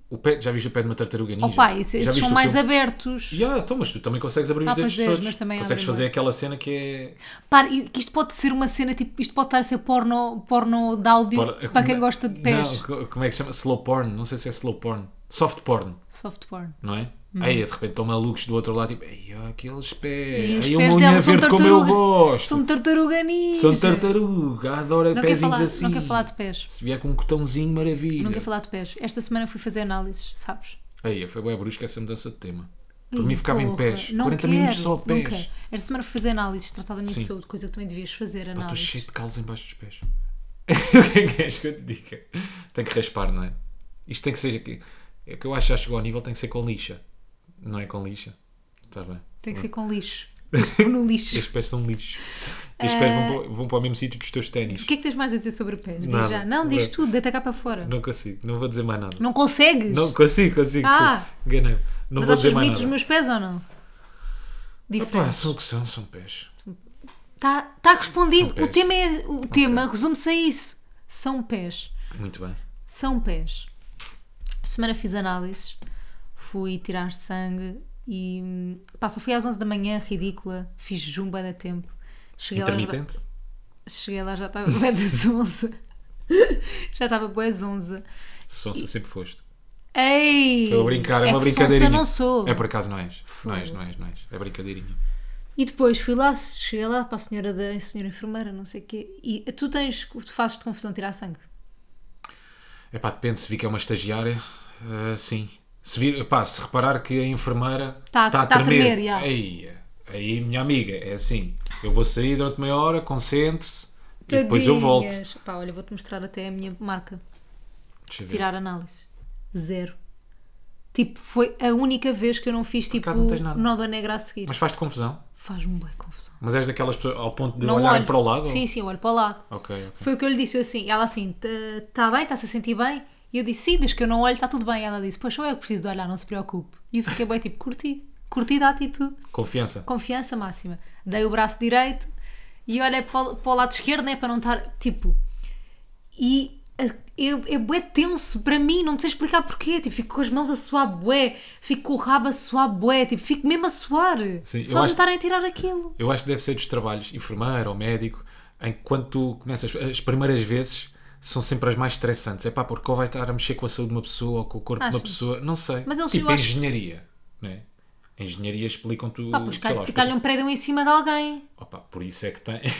Speaker 2: O pé, já viste o pé de uma tartaruga ninja?
Speaker 1: Oh pá, esses,
Speaker 2: já
Speaker 1: esses
Speaker 2: viste
Speaker 1: são
Speaker 2: o
Speaker 1: mais
Speaker 2: filme?
Speaker 1: abertos.
Speaker 2: Já, então, mas tu também consegues abrir
Speaker 1: Ah,
Speaker 2: os dedos
Speaker 1: pois é,
Speaker 2: todos.
Speaker 1: mas também
Speaker 2: consegues
Speaker 1: abrem
Speaker 2: fazer
Speaker 1: bem.
Speaker 2: aquela cena que é.
Speaker 1: Para, e que isto pode ser uma cena, tipo, isto pode estar a ser porno, porno de áudio
Speaker 2: Porra,
Speaker 1: para
Speaker 2: é como-
Speaker 1: quem gosta de pés.
Speaker 2: Não, co- como é que se chama? Slow porn. Não sei se é slow porn. Soft porn,
Speaker 1: Soft porn.
Speaker 2: não é?
Speaker 1: Hum.
Speaker 2: Aí de repente estão malucos do outro lado, tipo, ei, ó, aqueles pés.
Speaker 1: E os
Speaker 2: É, Aí
Speaker 1: pés
Speaker 2: uma unha
Speaker 1: dela são
Speaker 2: verde como eu
Speaker 1: tartaruga.
Speaker 2: gosto.
Speaker 1: São tartaruga ninja.
Speaker 2: São tartaruga, adoro
Speaker 1: não quero,
Speaker 2: pezinhos
Speaker 1: falar,
Speaker 2: assim.
Speaker 1: não quero falar de pés.
Speaker 2: Se vier com um cotãozinho, maravilha.
Speaker 1: Não quero falar de pés. Esta semana fui fazer análises, sabes?
Speaker 2: Aí, foi bem brusca essa mudança de tema. Por
Speaker 1: Ih,
Speaker 2: mim ficava em
Speaker 1: porra,
Speaker 2: pés.
Speaker 1: não
Speaker 2: 40
Speaker 1: quero,
Speaker 2: minutos só a
Speaker 1: não
Speaker 2: pés.
Speaker 1: quero. Esta semana fui fazer análises, tratar da minha
Speaker 2: Sim.
Speaker 1: saúde, coisa que também devias fazer,
Speaker 2: Pá, Estou
Speaker 1: análises.
Speaker 2: cheio de calos embaixo dos pés. o que é que queres que eu te diga? Tem que raspar, não é? Isto tem que ser aqui. É que eu acho que já chegou ao nível, tem que ser com lixa. Não é com lixa? Estás bem?
Speaker 1: Tem que ser com lixo. Mas pôr no lixo.
Speaker 2: Estes pés são lixo. Estes pés
Speaker 1: Eh,
Speaker 2: vão para, vão para o mesmo sítio dos teus ténis.
Speaker 1: O que é que tens mais a dizer sobre pés? Diz
Speaker 2: Nada.
Speaker 1: já. Não, diz
Speaker 2: Não.
Speaker 1: tudo, deita cá para fora. Não,
Speaker 2: Não consigo, não vou dizer mais nada.
Speaker 1: consegues?
Speaker 2: Não, consigo, consigo.
Speaker 1: Ah!
Speaker 2: Enganei. Não
Speaker 1: Mas
Speaker 2: vou
Speaker 1: achas
Speaker 2: dizer mais
Speaker 1: bonitos os
Speaker 2: nada.
Speaker 1: meus pés ou não?
Speaker 2: Opa,
Speaker 1: Diferente.
Speaker 2: são o que são, são pés.
Speaker 1: Está tá respondido.
Speaker 2: São pés.
Speaker 1: O tema, é, o tema resume-se a isso. São pés.
Speaker 2: Muito bem.
Speaker 1: São pés. Semana fiz análises, fui tirar sangue e. Pá, só fui às 11 da manhã, ridícula, fiz jumba da tempo. Cheguei lá, já,
Speaker 2: Intermitente?
Speaker 1: cheguei lá, já estava bué das 11. já estava bué das 11.
Speaker 2: Sonsa sempre foste.
Speaker 1: Ei!
Speaker 2: Estou a brincar, é, uma
Speaker 1: que sonsa
Speaker 2: brincadeirinha.
Speaker 1: eu não sou.
Speaker 2: É por acaso não és. Não és, não és, não és. É brincadeirinha.
Speaker 1: E depois fui lá, cheguei lá para a senhora da senhora enfermeira, não sei o quê. E tu tens, tu fazes de confusão tirar sangue.
Speaker 2: É pá, depende se vi que é uma estagiária. ah, sim. Se, vir, epá, se reparar que a enfermeira
Speaker 1: Tá- tá a tremer, já.
Speaker 2: aí, aí, minha amiga, é assim. Eu vou sair durante meia hora, concentre-se e depois eu volto. Tá Deixa
Speaker 1: Tadinhas. Pá, olha, vou-te mostrar até a minha marca.
Speaker 2: eu ver.
Speaker 1: Tirar análises. Zero. Tipo, foi a única vez que eu não fiz tipo
Speaker 2: acaso não tens nada.
Speaker 1: nódoa negra a seguir.
Speaker 2: Mas faz-te confusão?
Speaker 1: Faz-me bem confusão.
Speaker 2: Mas és daquelas pessoas ao ponto de
Speaker 1: Não
Speaker 2: olharem
Speaker 1: olho.
Speaker 2: para o lado?
Speaker 1: Sim, sim, eu olho para o lado.
Speaker 2: Ok, ok.
Speaker 1: Foi o que eu lhe disse eu assim. Ela assim, está bem, está-se a sentir bem? E eu disse, sim, diz que eu não olho, está tudo bem. Ela disse, pois sou eu que preciso de olhar, não se preocupe. E eu fiquei bem tipo, curti. Curti da atitude.
Speaker 2: Confiança.
Speaker 1: confiança máxima. Dei o braço direito e olhei para o, para o lado esquerdo, né? Para não estar. Tipo. E a- é, é bué tenso para mim, não sei explicar porquê. Tipo, fico com as mãos a suar bué, fico com o rabo a suar bué, tipo, fico mesmo a suar.
Speaker 2: Sim,
Speaker 1: só
Speaker 2: eu
Speaker 1: de me
Speaker 2: acho-
Speaker 1: estarem a tirar aquilo.
Speaker 2: Eu acho que deve ser dos trabalhos, enfermeiro ou médico, em que quando tu começas, as primeiras vezes são sempre as mais estressantes. É pá, porque ou vai estar a mexer com a saúde de uma pessoa ou com o corpo de
Speaker 1: Achas?
Speaker 2: uma pessoa, não sei.
Speaker 1: Mas eles-
Speaker 2: tipo,
Speaker 1: eu acho-
Speaker 2: engenharia, né? Engenharia explicam tu,
Speaker 1: Pá, pois
Speaker 2: sei lá,
Speaker 1: calha,
Speaker 2: os
Speaker 1: te calha um prédio em cima de alguém.
Speaker 2: Opa, por isso é que tens.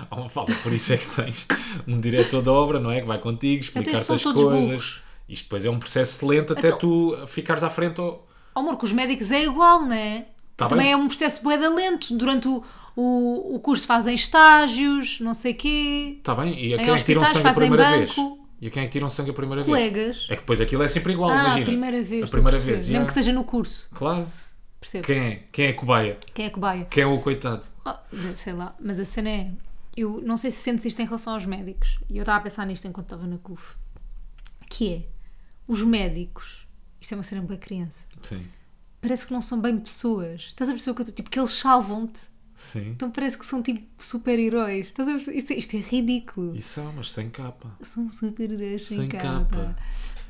Speaker 2: Há uma fala, por isso é que tens um diretor da obra, não é? Que vai contigo explicar-te
Speaker 1: Então são
Speaker 2: as
Speaker 1: todos
Speaker 2: coisas.
Speaker 1: burros.
Speaker 2: Isto depois é um processo lento até
Speaker 1: Então-
Speaker 2: tu ficares à frente ou.
Speaker 1: Oh, amor, com os médicos é igual, não é?
Speaker 2: Tá
Speaker 1: Também
Speaker 2: bem.
Speaker 1: é um processo bué de lento. Durante o, o, o curso fazem estágios, não sei quê.
Speaker 2: Está bem? E a
Speaker 1: Em
Speaker 2: quem é que tiram
Speaker 1: hospitais
Speaker 2: sangue a
Speaker 1: fazem
Speaker 2: primeira vez?
Speaker 1: banco.
Speaker 2: E a quem é que tiram sangue a primeira vez?
Speaker 1: Colegas.
Speaker 2: É que depois aquilo é sempre igual,
Speaker 1: Ah,
Speaker 2: imagina.
Speaker 1: a primeira vez.
Speaker 2: A
Speaker 1: estou
Speaker 2: primeira
Speaker 1: perceber.
Speaker 2: vez,
Speaker 1: Mesmo
Speaker 2: já.
Speaker 1: que seja no curso,
Speaker 2: Claro.
Speaker 1: percebo. Quem,
Speaker 2: Quem é? Quem é a cobaia?
Speaker 1: é cobaia?
Speaker 2: Quem é o coitado?
Speaker 1: Oh, sei lá, mas a cena é. Eu não sei se sentes isto em relação aos médicos. E eu estava a pensar nisto enquanto estava na CUF. Que é. Os médicos. Isto é uma cena para criança.
Speaker 2: Sim.
Speaker 1: Parece que não são bem pessoas. Estás a perceber o que eu estou. Tipo, que eles salvam-te.
Speaker 2: Sim.
Speaker 1: Então parece que são tipo super-heróis. Estás a perceber? Isto, é- isto é ridículo.
Speaker 2: Isso há, mas sem capa.
Speaker 1: São super-heróis sem,
Speaker 2: Sem
Speaker 1: capa.
Speaker 2: capa.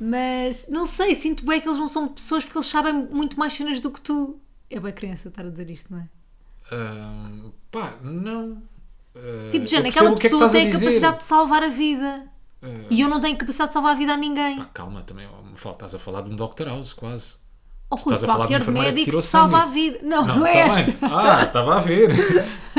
Speaker 1: Mas não sei, sinto bem que eles não são pessoas porque eles sabem muito mais cenas do que tu. É bem criança estar a dizer isto, não é?
Speaker 2: Ahm, pá, não. Ah,
Speaker 1: Tipo, Jana,
Speaker 2: eu
Speaker 1: aquela
Speaker 2: percebo o que
Speaker 1: pessoa
Speaker 2: é que estás
Speaker 1: tem a
Speaker 2: dizer.
Speaker 1: capacidade de salvar a vida.
Speaker 2: Ah,
Speaker 1: E eu não tenho capacidade de salvar a vida a ninguém.
Speaker 2: pá, calma, também ó, me fala, estás a falar de um Dr. House, quase.
Speaker 1: Ou Oh, Rui,
Speaker 2: estás a falar de uma
Speaker 1: qualquer
Speaker 2: enfermeira que
Speaker 1: médico
Speaker 2: tirou
Speaker 1: te salva a
Speaker 2: sangue.
Speaker 1: vida. Não, não,
Speaker 2: Não,
Speaker 1: é
Speaker 2: está
Speaker 1: esta.
Speaker 2: bem. Ah, estava a ver.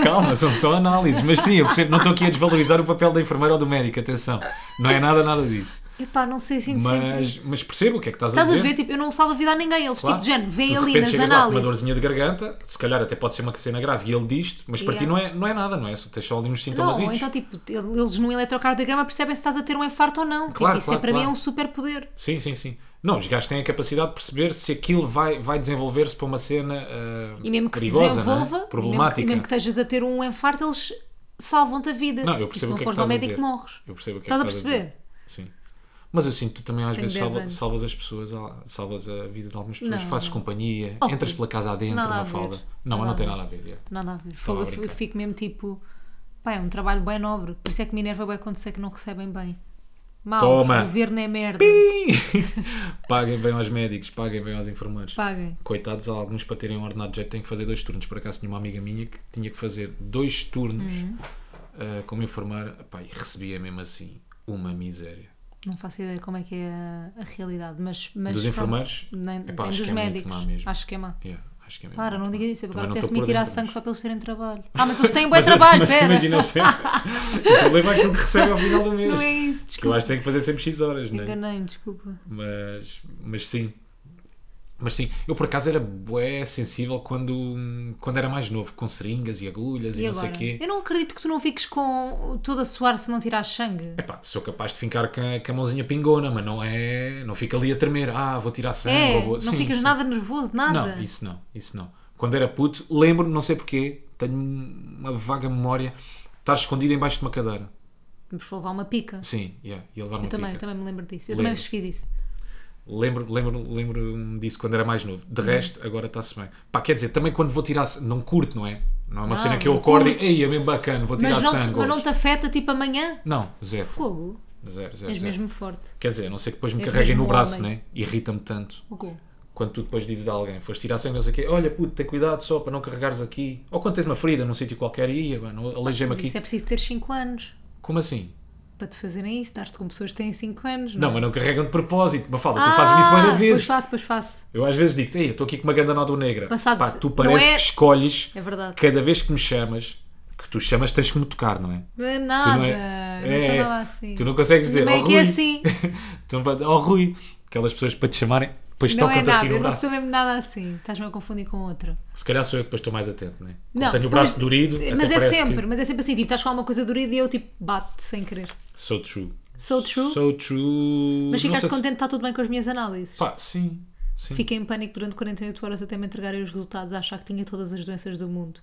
Speaker 2: Calma, são só análises. Mas sim, eu percebo, não estou aqui a desvalorizar o papel da enfermeira ou do médico, atenção. Não é nada, nada disso.
Speaker 1: Epá, não sei, sinto sempre
Speaker 2: Mas,
Speaker 1: isso.
Speaker 2: mas percebo o que é que estás,
Speaker 1: Estás
Speaker 2: a
Speaker 1: a
Speaker 2: dizer.
Speaker 1: ver, tipo, eu não salvo a vida a ninguém. Eles,
Speaker 2: Claro.
Speaker 1: tipo, Jane, vêm ali
Speaker 2: Tu, de repente
Speaker 1: nas
Speaker 2: chegas lá com uma
Speaker 1: análises.
Speaker 2: dorzinha de garganta, se calhar até pode ser uma cena grave e ele diz mas para
Speaker 1: Yeah.
Speaker 2: ti não é, não é nada, não é? Só tens só ali uns sintomas.
Speaker 1: Não, ou então, tipo, eles no eletrocardiograma percebem se estás a ter um infarto ou não. tipo,
Speaker 2: Claro,
Speaker 1: isso
Speaker 2: claro,
Speaker 1: é, para mim é
Speaker 2: claro.
Speaker 1: um superpoder.
Speaker 2: Sim, sim, sim. Não, os gajos têm a capacidade de perceber se aquilo vai, vai desenvolver-se para uma cena ah,
Speaker 1: E mesmo que
Speaker 2: perigosa,
Speaker 1: se
Speaker 2: não
Speaker 1: desenvolva,
Speaker 2: é?
Speaker 1: e mesmo que-
Speaker 2: problemática.
Speaker 1: e mesmo que estejas a ter um infarto, eles salvam-te a vida.
Speaker 2: Não, eu
Speaker 1: E
Speaker 2: percebo o
Speaker 1: se
Speaker 2: que
Speaker 1: não
Speaker 2: é que
Speaker 1: fores ao
Speaker 2: estás a
Speaker 1: médico,
Speaker 2: dizer.
Speaker 1: morres.
Speaker 2: Eu percebo o que
Speaker 1: Estás a
Speaker 2: é que estás a
Speaker 1: perceber?
Speaker 2: dizer. Sim. Mas eu sinto que tu também às
Speaker 1: Tenho
Speaker 2: vezes
Speaker 1: 10
Speaker 2: salva,
Speaker 1: anos.
Speaker 2: salvas as pessoas, ah, salvas a vida de algumas pessoas,
Speaker 1: Não,
Speaker 2: fazes
Speaker 1: não.
Speaker 2: companhia,
Speaker 1: Oh,
Speaker 2: entras pela casa adentro,
Speaker 1: nada a
Speaker 2: na
Speaker 1: ver.
Speaker 2: falda. Não, mas
Speaker 1: Nada
Speaker 2: não
Speaker 1: a
Speaker 2: tem
Speaker 1: ver.
Speaker 2: nada a ver. yeah.
Speaker 1: Nada a ver.
Speaker 2: Estava
Speaker 1: Fogo,
Speaker 2: a
Speaker 1: eu f- eu
Speaker 2: brincar.
Speaker 1: fico mesmo tipo. Pá, é um trabalho bem nobre. Por isso é que me enerva bem quando sei que não recebem bem. Mal,
Speaker 2: Toma.
Speaker 1: o governo é merda.
Speaker 2: paguem bem aos médicos, paguem bem aos enfermeiros.
Speaker 1: Paguem.
Speaker 2: Coitados, há alguns para terem um ordenado de jeito têm que fazer dois turnos. Por acaso tinha uma amiga minha que tinha que fazer dois turnos
Speaker 1: Uhum.
Speaker 2: ah, como enfermeira Epá, e recebia mesmo assim uma miséria.
Speaker 1: Não faço ideia como é que é a, a realidade. Mas, mas
Speaker 2: Dos
Speaker 1: pronto,
Speaker 2: enfermeiros?
Speaker 1: Nem,
Speaker 2: Epá,
Speaker 1: nem
Speaker 2: acho
Speaker 1: dos
Speaker 2: que é muito
Speaker 1: médicos.
Speaker 2: má mesmo.
Speaker 1: Acho que é má.
Speaker 2: Yeah, acho que é mesmo
Speaker 1: Para, não
Speaker 2: muito
Speaker 1: diga
Speaker 2: mal.
Speaker 1: isso. Agora
Speaker 2: Também não estou
Speaker 1: apetece-me
Speaker 2: por
Speaker 1: tirar
Speaker 2: dentro,
Speaker 1: sangue
Speaker 2: mas-
Speaker 1: só para eles terem trabalho. Ah, mas eles têm bom
Speaker 2: Mas,
Speaker 1: trabalho,
Speaker 2: mas
Speaker 1: pera.
Speaker 2: imagina sempre. o problema é que recebe ao final do mês.
Speaker 1: Não é isso,
Speaker 2: que eu
Speaker 1: desculpa.
Speaker 2: acho que tem que fazer sempre X horas, não é?
Speaker 1: Enganei-me, desculpa.
Speaker 2: Mas, mas sim. Mas sim, eu por acaso era bué sensível quando, quando era mais novo, com seringas e agulhas e,
Speaker 1: E
Speaker 2: não sei
Speaker 1: agora?
Speaker 2: o quê.
Speaker 1: Eu não acredito que tu não fiques com todo a suar se não tirar sangue.
Speaker 2: Epá, sou capaz de ficar com a, com a mãozinha pingona, mas não é. Não fico ali a tremer, ah, vou tirar sangue.
Speaker 1: É,
Speaker 2: ou vou...
Speaker 1: não
Speaker 2: Sim,
Speaker 1: ficas
Speaker 2: sim.
Speaker 1: nada nervoso, nada.
Speaker 2: Não, isso não, isso não. Quando era puto, lembro-me, não sei porquê, tenho uma vaga memória, estar escondido embaixo de uma cadeira.
Speaker 1: Vamos levar uma pica.
Speaker 2: Sim, yeah, e levar
Speaker 1: Eu
Speaker 2: uma
Speaker 1: também,
Speaker 2: pica.
Speaker 1: também me lembro disso. Eu
Speaker 2: Lembro.
Speaker 1: também fiz isso.
Speaker 2: Lembro, lembro, lembro disso quando era mais novo. De resto, agora está-se bem. Pá, quer dizer, também quando vou tirar. Não curto, não é? Não é uma
Speaker 1: Não,
Speaker 2: cena que eu
Speaker 1: Ah, não
Speaker 2: acordo e.
Speaker 1: curtes.
Speaker 2: Ei, é bem bacana, vou tirar
Speaker 1: Mas não, te,
Speaker 2: sangue.
Speaker 1: mas não
Speaker 2: hoje."
Speaker 1: te afeta tipo amanhã?
Speaker 2: Não, zero.
Speaker 1: Fogo.
Speaker 2: Zero, zero,
Speaker 1: És
Speaker 2: zero.
Speaker 1: mesmo forte.
Speaker 2: Quer dizer, a não ser que depois me
Speaker 1: És
Speaker 2: carreguem no
Speaker 1: mesmo um
Speaker 2: braço,
Speaker 1: homem.
Speaker 2: né? Irrita-me tanto.
Speaker 1: O quê?
Speaker 2: Quando tu depois dizes a alguém, foste tirar sangue, não sei o quê, olha puto, tem cuidado só para não carregares aqui. Ou quando tens uma ferida num sítio qualquer, ia, mano, aleijei-me
Speaker 1: Mas
Speaker 2: aqui.
Speaker 1: Isso é preciso ter 5 anos
Speaker 2: Como assim?
Speaker 1: para te fazerem isso. Estás-te com pessoas que têm 5 anos.
Speaker 2: Não,
Speaker 1: é?
Speaker 2: mas não carregam de propósito. Mas fala, tu fazes isso várias
Speaker 1: Ah,
Speaker 2: vezes.
Speaker 1: Pois faço, pois faço.
Speaker 2: Eu às vezes digo-te, "Ei, eu estou aqui com uma ganda nódoa negra.
Speaker 1: Passado
Speaker 2: Pá,
Speaker 1: de-
Speaker 2: tu
Speaker 1: não
Speaker 2: parece
Speaker 1: é-
Speaker 2: que escolhes,
Speaker 1: É verdade.
Speaker 2: cada vez que me chamas, que tu chamas tens que me tocar, não é?
Speaker 1: Não é
Speaker 2: Tu
Speaker 1: nada. Não,
Speaker 2: é-
Speaker 1: sou nada assim.
Speaker 2: Tu não consegues dizer,
Speaker 1: Também é
Speaker 2: oh
Speaker 1: que
Speaker 2: Rui.
Speaker 1: é assim.
Speaker 2: tu não podes- oh Rui. Aquelas pessoas para te chamarem, depois
Speaker 1: Não é
Speaker 2: tocam-te
Speaker 1: nada.
Speaker 2: assim no
Speaker 1: Eu não sou
Speaker 2: braço.
Speaker 1: mesmo nada assim. Estás-me a confundir com outra.
Speaker 2: Se calhar sou eu que depois estou mais atento, não é? Quando
Speaker 1: Não,
Speaker 2: tenho o
Speaker 1: depois-
Speaker 2: braço dorido,
Speaker 1: Mas
Speaker 2: até
Speaker 1: é
Speaker 2: parece
Speaker 1: sempre.
Speaker 2: que
Speaker 1: Mas é sempre assim. Tipo, estás com alguma coisa dorida e eu tipo bate sem querer.
Speaker 2: sou true.
Speaker 1: Sou true.
Speaker 2: Sou true.
Speaker 1: Mas
Speaker 2: Não
Speaker 1: ficaste
Speaker 2: sei se-
Speaker 1: contente, está tudo bem com as minhas análises.
Speaker 2: Pá, sim. sim.
Speaker 1: Fiquei em pânico durante 48 horas até me entregarem os resultados, a achar que tinha todas as doenças do mundo.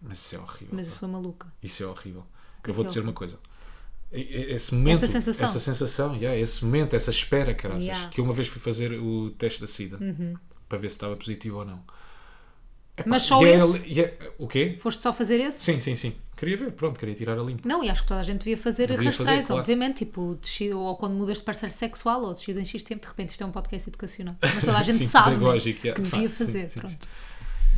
Speaker 2: Mas isso é horrível.
Speaker 1: Mas eu
Speaker 2: pá.
Speaker 1: sou maluca.
Speaker 2: Isso é horrível.
Speaker 1: Que
Speaker 2: eu vou
Speaker 1: que
Speaker 2: dizer
Speaker 1: horror.
Speaker 2: uma coisa. E- e- Esse momento,
Speaker 1: Essa sensação.
Speaker 2: essa sensação, yeah, esse momento, essa espera, caraças,
Speaker 1: Yeah. Uhum.
Speaker 2: que eu uma vez fui fazer o teste da SIDA para ver se estava positivo ou não. Epá,
Speaker 1: Mas só
Speaker 2: e é-
Speaker 1: esse?
Speaker 2: e é- o quê?
Speaker 1: Foste só fazer esse?
Speaker 2: Sim, sim, sim. Queria ver, pronto, queria tirar a limpo.
Speaker 1: Não, e acho que toda a gente devia fazer
Speaker 2: Devia fazer,
Speaker 1: rastreios,
Speaker 2: claro.
Speaker 1: obviamente, tipo, descida, ou quando mudas de parceiro sexual, ou descida em X tempo, de repente isto é um podcast educacional. Mas toda a gente
Speaker 2: Sim,
Speaker 1: sabe né,
Speaker 2: pedagógico, yeah,
Speaker 1: que
Speaker 2: de
Speaker 1: devia
Speaker 2: facto, sim,
Speaker 1: fazer.
Speaker 2: sim,
Speaker 1: pronto.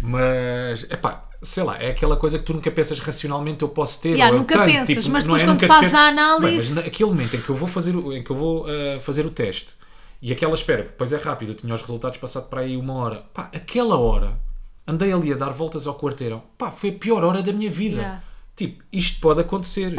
Speaker 2: Mas, epá, sei lá, é aquela coisa que tu nunca pensas racionalmente eu posso ter.
Speaker 1: Yeah,
Speaker 2: ou eu
Speaker 1: nunca
Speaker 2: tenho, tipo,
Speaker 1: pensas, mas
Speaker 2: não é
Speaker 1: depois quando
Speaker 2: nunca
Speaker 1: fazes
Speaker 2: ser-
Speaker 1: a análise-
Speaker 2: Bem, mas naquele momento em que eu vou fazer o, em que eu vou ah, fazer o teste e aquela espera, pois é rápido, eu tinha os resultados passado para aí uma hora. Pá, aquela hora andei ali a dar voltas ao quarteirão. Pá, foi a pior hora da minha vida.
Speaker 1: Yeah.
Speaker 2: Tipo, isto pode acontecer.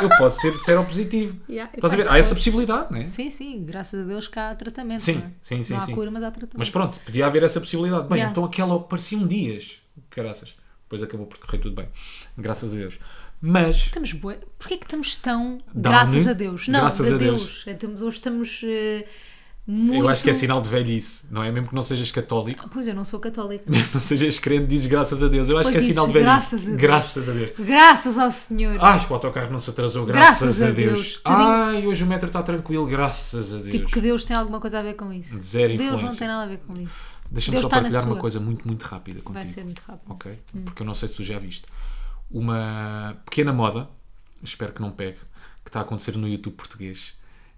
Speaker 2: eu posso ser de seropositivo.
Speaker 1: Yeah, e
Speaker 2: Estás a
Speaker 1: pá,
Speaker 2: ver?
Speaker 1: se
Speaker 2: Há essa
Speaker 1: fosse-
Speaker 2: possibilidade, não é?
Speaker 1: Sim, sim, graças a Deus que há tratamento.
Speaker 2: Sim,
Speaker 1: não é?
Speaker 2: sim, sim,
Speaker 1: Não há
Speaker 2: sim.
Speaker 1: cura, mas há tratamento.
Speaker 2: Mas pronto, podia haver essa possibilidade. Bem,
Speaker 1: Yeah.
Speaker 2: então aquela pareciam dias. Caraças. Depois acabou por correr tudo bem. Graças a Deus. Mas,
Speaker 1: Estamos bué... Porquê que estamos tão
Speaker 2: Down,
Speaker 1: graças
Speaker 2: né?
Speaker 1: a Deus? Não,
Speaker 2: Graças
Speaker 1: de
Speaker 2: a Deus.
Speaker 1: Deus. É, estamos- hoje estamos eh, muito...
Speaker 2: eu acho que é sinal de velhice, não é? Mesmo que não sejas católico,
Speaker 1: Pois, eu não sou católica.
Speaker 2: mesmo que não sejas crente, dizes graças a Deus. Eu acho
Speaker 1: Pois
Speaker 2: que é sinal de
Speaker 1: dizes,
Speaker 2: velhice.
Speaker 1: graças a Deus.
Speaker 2: Graças a Deus.
Speaker 1: Graças ao Senhor.
Speaker 2: Ai, o autocarro não se atrasou, graças,
Speaker 1: Graças
Speaker 2: a,
Speaker 1: a
Speaker 2: Deus.
Speaker 1: Deus. Tudinho.
Speaker 2: Ai, hoje o metro está tranquilo, graças a Deus.
Speaker 1: tipo, que Deus tem alguma coisa a ver com isso.
Speaker 2: Zero
Speaker 1: Deus não
Speaker 2: influência.
Speaker 1: tem nada a ver com isso.
Speaker 2: Deixa-me
Speaker 1: Deus
Speaker 2: só
Speaker 1: está na
Speaker 2: partilhar uma
Speaker 1: sua.
Speaker 2: coisa muito, muito rápida contigo.
Speaker 1: Vai ser muito rápido.
Speaker 2: Ok? Porque eu não sei se tu já viste. Uma pequena moda, espero que não pegue, que está a acontecer no YouTube português,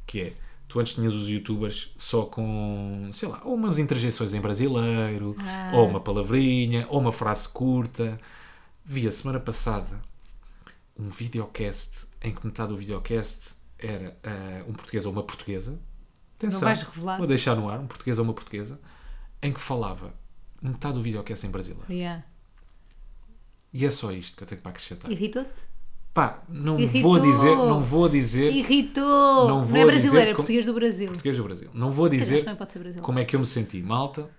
Speaker 2: que é. Tu antes tinhas os youtubers só com, sei lá, ou umas interjeições em brasileiro,
Speaker 1: Ah.
Speaker 2: ou uma palavrinha, ou uma frase curta. Vi a semana passada um videocast em que metade do videocast era ah, um português ou uma portuguesa. Atenção,
Speaker 1: vais revelar.
Speaker 2: Vou deixar no ar, um português ou uma portuguesa, em que falava metade do videocast em brasileiro.
Speaker 1: Yeah.
Speaker 2: E é só isto que eu tenho para acrescentar.
Speaker 1: Irritou-te?
Speaker 2: Pá, não
Speaker 1: Irritou.
Speaker 2: vou dizer, não vou dizer
Speaker 1: Irritou!
Speaker 2: Não
Speaker 1: Não,
Speaker 2: vou
Speaker 1: é brasileiro,
Speaker 2: dizer
Speaker 1: é
Speaker 2: como-
Speaker 1: português do Brasil.
Speaker 2: português do Brasil. Não vou
Speaker 1: Quer dizer,
Speaker 2: dizer
Speaker 1: isto também pode ser brasileiro.
Speaker 2: como é que eu me senti. Malta,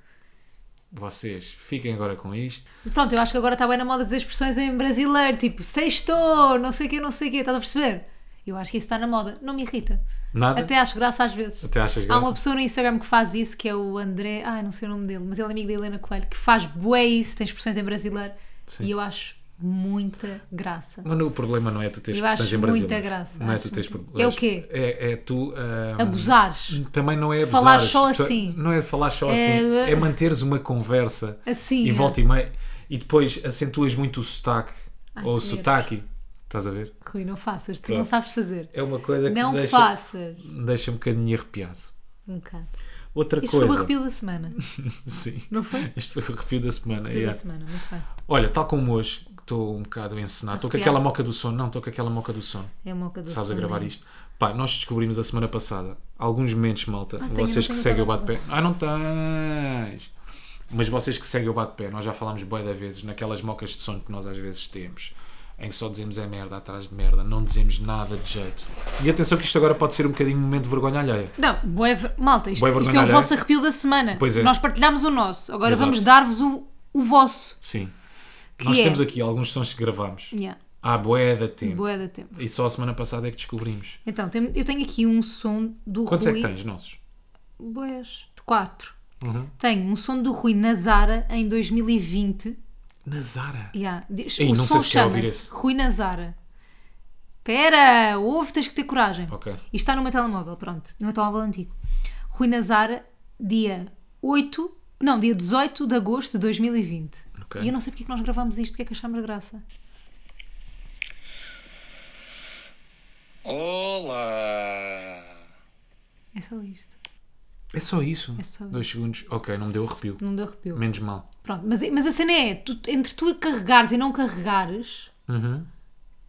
Speaker 2: vocês fiquem agora com isto.
Speaker 1: Pronto, eu acho que agora está bem na moda dizer expressões em brasileiro, tipo sextou, não sei o quê, não sei o quê, estás a perceber? Eu acho que isso está na moda, não me irrita.
Speaker 2: Nada.
Speaker 1: Até acho graça às vezes.
Speaker 2: Até achas
Speaker 1: Há
Speaker 2: graça?
Speaker 1: uma pessoa no Instagram que faz isso, que é o André, ai não sei o nome dele, mas ele é amigo da Helena Coelho, que faz bué isso, tem expressões em brasileiro,
Speaker 2: Sim.
Speaker 1: e eu acho muita graça.
Speaker 2: Mas o problema não é tu teres
Speaker 1: Eu
Speaker 2: expressões
Speaker 1: acho
Speaker 2: em brasileiro.
Speaker 1: muita graça,
Speaker 2: Não é
Speaker 1: acho
Speaker 2: tu teres
Speaker 1: muito-
Speaker 2: problemas.
Speaker 1: É o quê?
Speaker 2: É, é tu. ah,
Speaker 1: Abusares.
Speaker 2: Também não é abusar.
Speaker 1: Falar só assim.
Speaker 2: Não é falar
Speaker 1: É,
Speaker 2: só assim.
Speaker 1: eh,
Speaker 2: É manteres uma conversa.
Speaker 1: Assim,
Speaker 2: E
Speaker 1: é.
Speaker 2: volta e meia. E depois acentuas muito o sotaque.
Speaker 1: Ai,
Speaker 2: ou o
Speaker 1: que nervos.
Speaker 2: sotaque. Estás a ver?
Speaker 1: ah, Rui, não faças, tu
Speaker 2: Pronto.
Speaker 1: não sabes fazer.
Speaker 2: É uma coisa que
Speaker 1: Não
Speaker 2: me deixa,
Speaker 1: faças.
Speaker 2: me deixa um bocadinho arrepiado.
Speaker 1: Um bocado.
Speaker 2: Outra
Speaker 1: Isto
Speaker 2: coisa.
Speaker 1: foi o arrepio da semana,
Speaker 2: Sim.
Speaker 1: não foi?
Speaker 2: Isto foi o arrepio da semana.
Speaker 1: Arrepio da
Speaker 2: yeah.
Speaker 1: semana, muito bem.
Speaker 2: Olha, tal como hoje, que estou um bocado encenado. Estou com
Speaker 1: Arrepiado.
Speaker 2: aquela moca do sono. Não, estou com aquela moca do sono.
Speaker 1: É uma coisa
Speaker 2: Sabes a
Speaker 1: sonora.
Speaker 2: gravar isto? Pá, nós descobrimos a semana passada alguns momentos, malta.
Speaker 1: Ah, tenho, não
Speaker 2: vocês que
Speaker 1: tenho
Speaker 2: seguem o
Speaker 1: nada.
Speaker 2: bate-pé. Ah, não tens! Mas vocês que seguem o bate-pé, nós já falámos bué da vezes naquelas mocas de sono que nós às vezes temos, em que só dizemos é merda atrás de merda, não dizemos nada de jeito. E atenção que isto agora pode ser um bocadinho um momento de vergonha alheia.
Speaker 1: Não, bué ver- malta, isto,
Speaker 2: Bué
Speaker 1: isto é
Speaker 2: vergonha
Speaker 1: o vosso
Speaker 2: alheia.
Speaker 1: arrepio da semana.
Speaker 2: Pois é.
Speaker 1: Nós partilhámos o nosso, agora
Speaker 2: Exato.
Speaker 1: vamos dar-vos o, o vosso.
Speaker 2: Sim.
Speaker 1: Que
Speaker 2: nós
Speaker 1: é?
Speaker 2: temos aqui alguns sons que gravámos
Speaker 1: Yeah.
Speaker 2: há bué da tempo.
Speaker 1: Bué da tempo.
Speaker 2: E só a semana passada é que descobrimos.
Speaker 1: Então, tem- eu tenho aqui um som do
Speaker 2: Quantos
Speaker 1: Rui.
Speaker 2: é que tens, nossos?
Speaker 1: Boés. De quatro.
Speaker 2: Uhum.
Speaker 1: Tenho um som do Rui na Zara em 2020.
Speaker 2: Nazara.
Speaker 1: Yeah. diz-
Speaker 2: Ei,
Speaker 1: o
Speaker 2: não
Speaker 1: som
Speaker 2: sei se quero ouvir
Speaker 1: chama-se
Speaker 2: esse.
Speaker 1: Rui na Zara. Pera, ouve, tens que ter coragem.
Speaker 2: Ok.
Speaker 1: Isto está no meu telemóvel, pronto, no meu telemóvel antigo. Rui na Zara, dia 8, não, dia 18 de agosto de 2020.
Speaker 2: Ok.
Speaker 1: E eu não sei porque é que nós gravámos isto, porque é que achámos graça.
Speaker 4: Olá!
Speaker 1: É só isto.
Speaker 2: É só isso?
Speaker 1: É só
Speaker 2: Dois segundos. Ok, não me deu arrepio.
Speaker 1: Não deu arrepio.
Speaker 2: Menos mal.
Speaker 1: Pronto, mas, mas a cena é, tu- entre tu carregares e não carregares,
Speaker 2: Uhum.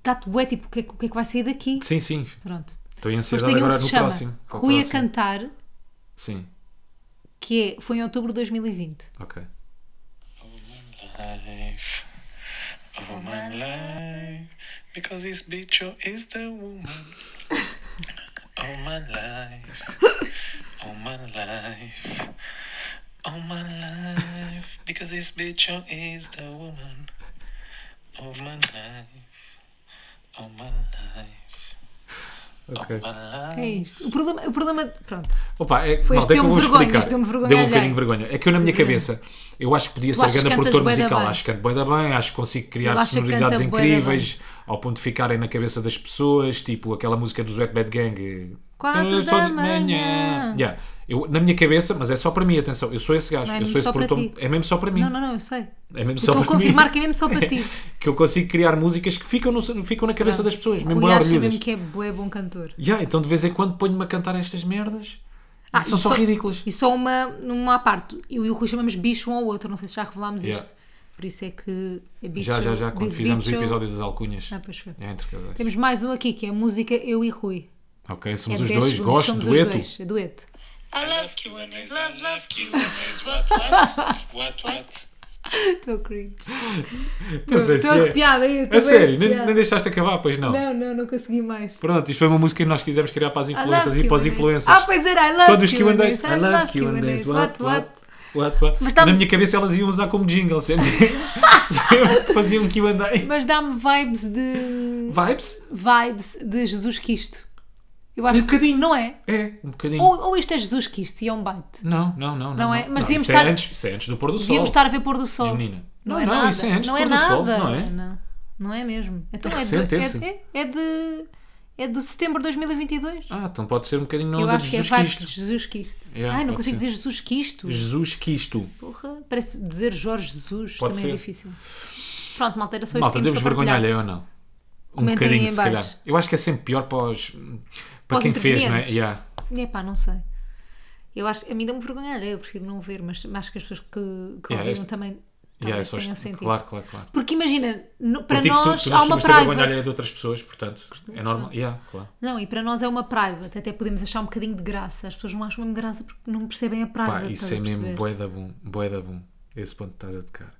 Speaker 1: dá-te bué, tipo, o que, é, que- o que é que vai sair daqui?
Speaker 2: Sim, sim.
Speaker 1: Pronto.
Speaker 2: Estou em
Speaker 1: Depois
Speaker 2: ansiedade
Speaker 1: tem um
Speaker 2: agora
Speaker 1: que se
Speaker 2: no
Speaker 1: chama
Speaker 2: próximo. Qual
Speaker 1: Rui a
Speaker 2: próximo?
Speaker 1: Cantar,
Speaker 2: Sim,
Speaker 1: que é- foi em outubro de 2020.
Speaker 2: ok.
Speaker 4: Life of my life, because this bitch is the woman. All my life, all my life, all my life, because this bitch is the woman. All my life, all my life,
Speaker 2: Ok.
Speaker 4: my life.
Speaker 1: É isto. O problema, o problema pronto.
Speaker 2: Opa, é,
Speaker 1: Foi, isto
Speaker 2: malta, é que eu
Speaker 1: deu-me
Speaker 2: vou
Speaker 1: vergonha,
Speaker 2: explicar.
Speaker 1: isto deu-me vergonha
Speaker 2: Deu um
Speaker 1: alheia.
Speaker 2: bocadinho de vergonha. É que eu na minha
Speaker 1: Deu-me
Speaker 2: cabeça, eu acho que podia ser
Speaker 1: achas
Speaker 2: grande
Speaker 1: que cantas
Speaker 2: produtor
Speaker 1: bué da
Speaker 2: musical.
Speaker 1: bem.
Speaker 2: Acho que canto bué da bem, acho que consigo criar
Speaker 1: Ele acha que
Speaker 2: sonoridades
Speaker 1: canta bué da
Speaker 2: incríveis ao ponto de ficarem na cabeça das pessoas, tipo aquela música do Wet Bad Gang. eh,
Speaker 1: Quatro
Speaker 2: "Ah, só
Speaker 1: da
Speaker 2: de
Speaker 1: manhã."
Speaker 2: Yeah. Eu, na minha cabeça, mas é só para mim, atenção, eu sou esse gajo,
Speaker 1: Não, é
Speaker 2: eu
Speaker 1: mesmo
Speaker 2: sou esse
Speaker 1: só para
Speaker 2: produtor.
Speaker 1: ti.
Speaker 2: É mesmo só para mim.
Speaker 1: Não, não, não, eu sei.
Speaker 2: É mesmo
Speaker 1: Estou
Speaker 2: só
Speaker 1: a
Speaker 2: para mim.
Speaker 1: confirmar que é mesmo só para ti.
Speaker 2: que eu consigo criar músicas que ficam, no, ficam na cabeça das pessoas,
Speaker 1: O
Speaker 2: mesmo
Speaker 1: Rui
Speaker 2: bem
Speaker 1: acha
Speaker 2: orgulhosas.
Speaker 1: mesmo que é bué bom cantor.
Speaker 2: Yeah, então de vez em quando ponho-me a cantar estas merdas.
Speaker 1: Ah,
Speaker 2: e são
Speaker 1: e
Speaker 2: só
Speaker 1: só-
Speaker 2: ridículas.
Speaker 1: E só uma, uma à parte. Eu e o Rui chamamos bicho um ao outro, não sei se já revelámos
Speaker 2: Yeah.
Speaker 1: isto. Por isso é que é bicho.
Speaker 2: já, já, já, quando
Speaker 1: diz
Speaker 2: fizemos
Speaker 1: bicho.
Speaker 2: o episódio das alcunhas.
Speaker 1: Ah, pois foi.
Speaker 2: É entre casais.
Speaker 1: Temos mais um aqui que é música Eu e Rui.
Speaker 2: Ok,
Speaker 1: É
Speaker 2: somos os
Speaker 1: 10
Speaker 2: dois,
Speaker 1: segundos,
Speaker 2: gosto,
Speaker 1: somos Os
Speaker 2: dueto.
Speaker 1: dois, é dueto.
Speaker 5: I love Q&As, love, love Q&As,
Speaker 4: What,
Speaker 5: what,
Speaker 4: what? What, what?
Speaker 1: Estou cringe.
Speaker 2: Não sei se
Speaker 1: Estou
Speaker 2: é.
Speaker 1: arrepiada. eu
Speaker 2: A
Speaker 1: também
Speaker 2: sério, nem,
Speaker 1: arrepiada.
Speaker 2: nem deixaste acabar, pois não.
Speaker 1: Não, não, não consegui mais.
Speaker 2: Pronto, isto foi uma música que nós quisemos criar para as
Speaker 1: I love
Speaker 2: influências e para os
Speaker 1: Q&As.
Speaker 2: influencers.
Speaker 1: Ah, pois era, I love
Speaker 2: Quando os
Speaker 1: Q&As,
Speaker 2: Q&As,
Speaker 1: I love Q&As, what, what?
Speaker 2: what, what?
Speaker 1: Mas tá-
Speaker 2: Na minha cabeça elas iam usar como jingle, sempre, sempre que faziam Q&A.
Speaker 1: Mas dá-me vibes de.
Speaker 2: Vibes?
Speaker 1: vibes de Jesus Cristo. Eu acho
Speaker 2: Um bocadinho.
Speaker 1: que não é.
Speaker 2: É, um bocadinho.
Speaker 1: Ou, ou isto é Jesus Cristo e é um bite.
Speaker 2: Não, não, não. Não,
Speaker 1: Não é? Mas devíamos
Speaker 2: isso
Speaker 1: estar-
Speaker 2: É antes, isso é antes do pôr do sol.
Speaker 1: Devíamos estar a ver pôr do sol.
Speaker 2: Minha menina.
Speaker 1: Não,
Speaker 2: Não,
Speaker 1: é
Speaker 2: não,
Speaker 1: nada.
Speaker 2: isso é antes
Speaker 1: não
Speaker 2: do
Speaker 1: é
Speaker 2: pôr do
Speaker 1: nada.
Speaker 2: sol, não é?
Speaker 1: Não, Não é mesmo. Então
Speaker 2: É
Speaker 1: é,
Speaker 2: recente
Speaker 1: do,
Speaker 2: esse.
Speaker 1: é, é, é de. É de setembro de 2022.
Speaker 2: Ah, então pode ser um bocadinho na
Speaker 1: Eu
Speaker 2: onda
Speaker 1: acho
Speaker 2: de
Speaker 1: que é
Speaker 2: Jesus
Speaker 1: vibes de
Speaker 2: Cristo.
Speaker 1: Jesus Cristo.
Speaker 2: Yeah,
Speaker 1: Ai, não
Speaker 2: pode
Speaker 1: consigo
Speaker 2: ser.
Speaker 1: dizer Jesus Cristo.
Speaker 2: Jesus Cristo.
Speaker 1: Porra, parece dizer Jorge Jesus
Speaker 2: Pode
Speaker 1: também é
Speaker 2: ser.
Speaker 1: difícil. Pronto, malta, era só isto
Speaker 2: Malta,
Speaker 1: que
Speaker 2: demos
Speaker 1: tínhamos para
Speaker 2: vergonha
Speaker 1: partilhar.
Speaker 2: alheia ou não? Um
Speaker 1: Comentem aí
Speaker 2: bocadinho,
Speaker 1: em
Speaker 2: se
Speaker 1: baixo.
Speaker 2: calhar. Eu acho que é sempre pior para, os,
Speaker 1: Para
Speaker 2: para
Speaker 1: os
Speaker 2: quem fez, não é?
Speaker 1: intervenientes.
Speaker 2: Yeah.
Speaker 1: É pá, não sei. Eu acho, a mim dá-me vergonha alheia, eu prefiro não ver, mas mas acho que as pessoas que, que ouviram
Speaker 2: este-
Speaker 1: também
Speaker 2: Yeah, é
Speaker 1: talvez
Speaker 2: só
Speaker 1: tenham
Speaker 2: isto.
Speaker 1: sentido.
Speaker 2: Claro, claro, claro.
Speaker 1: Porque imagina, no- para
Speaker 2: Porque tu-
Speaker 1: nós
Speaker 2: tu,
Speaker 1: há
Speaker 2: não
Speaker 1: uma
Speaker 2: costumas ter vergonha alheia de
Speaker 1: private.
Speaker 2: outras pessoas, portanto, é normal. Yeah, claro.
Speaker 1: Não, e para nós é uma private, até podemos achar um bocadinho de graça. As pessoas não acham mesmo graça porque Ah, não percebem a private.
Speaker 2: Pá, isso
Speaker 1: estás a
Speaker 2: é mesmo
Speaker 1: perceber?
Speaker 2: bué da bom, bué da bom. Esse ponto que estás a tocar.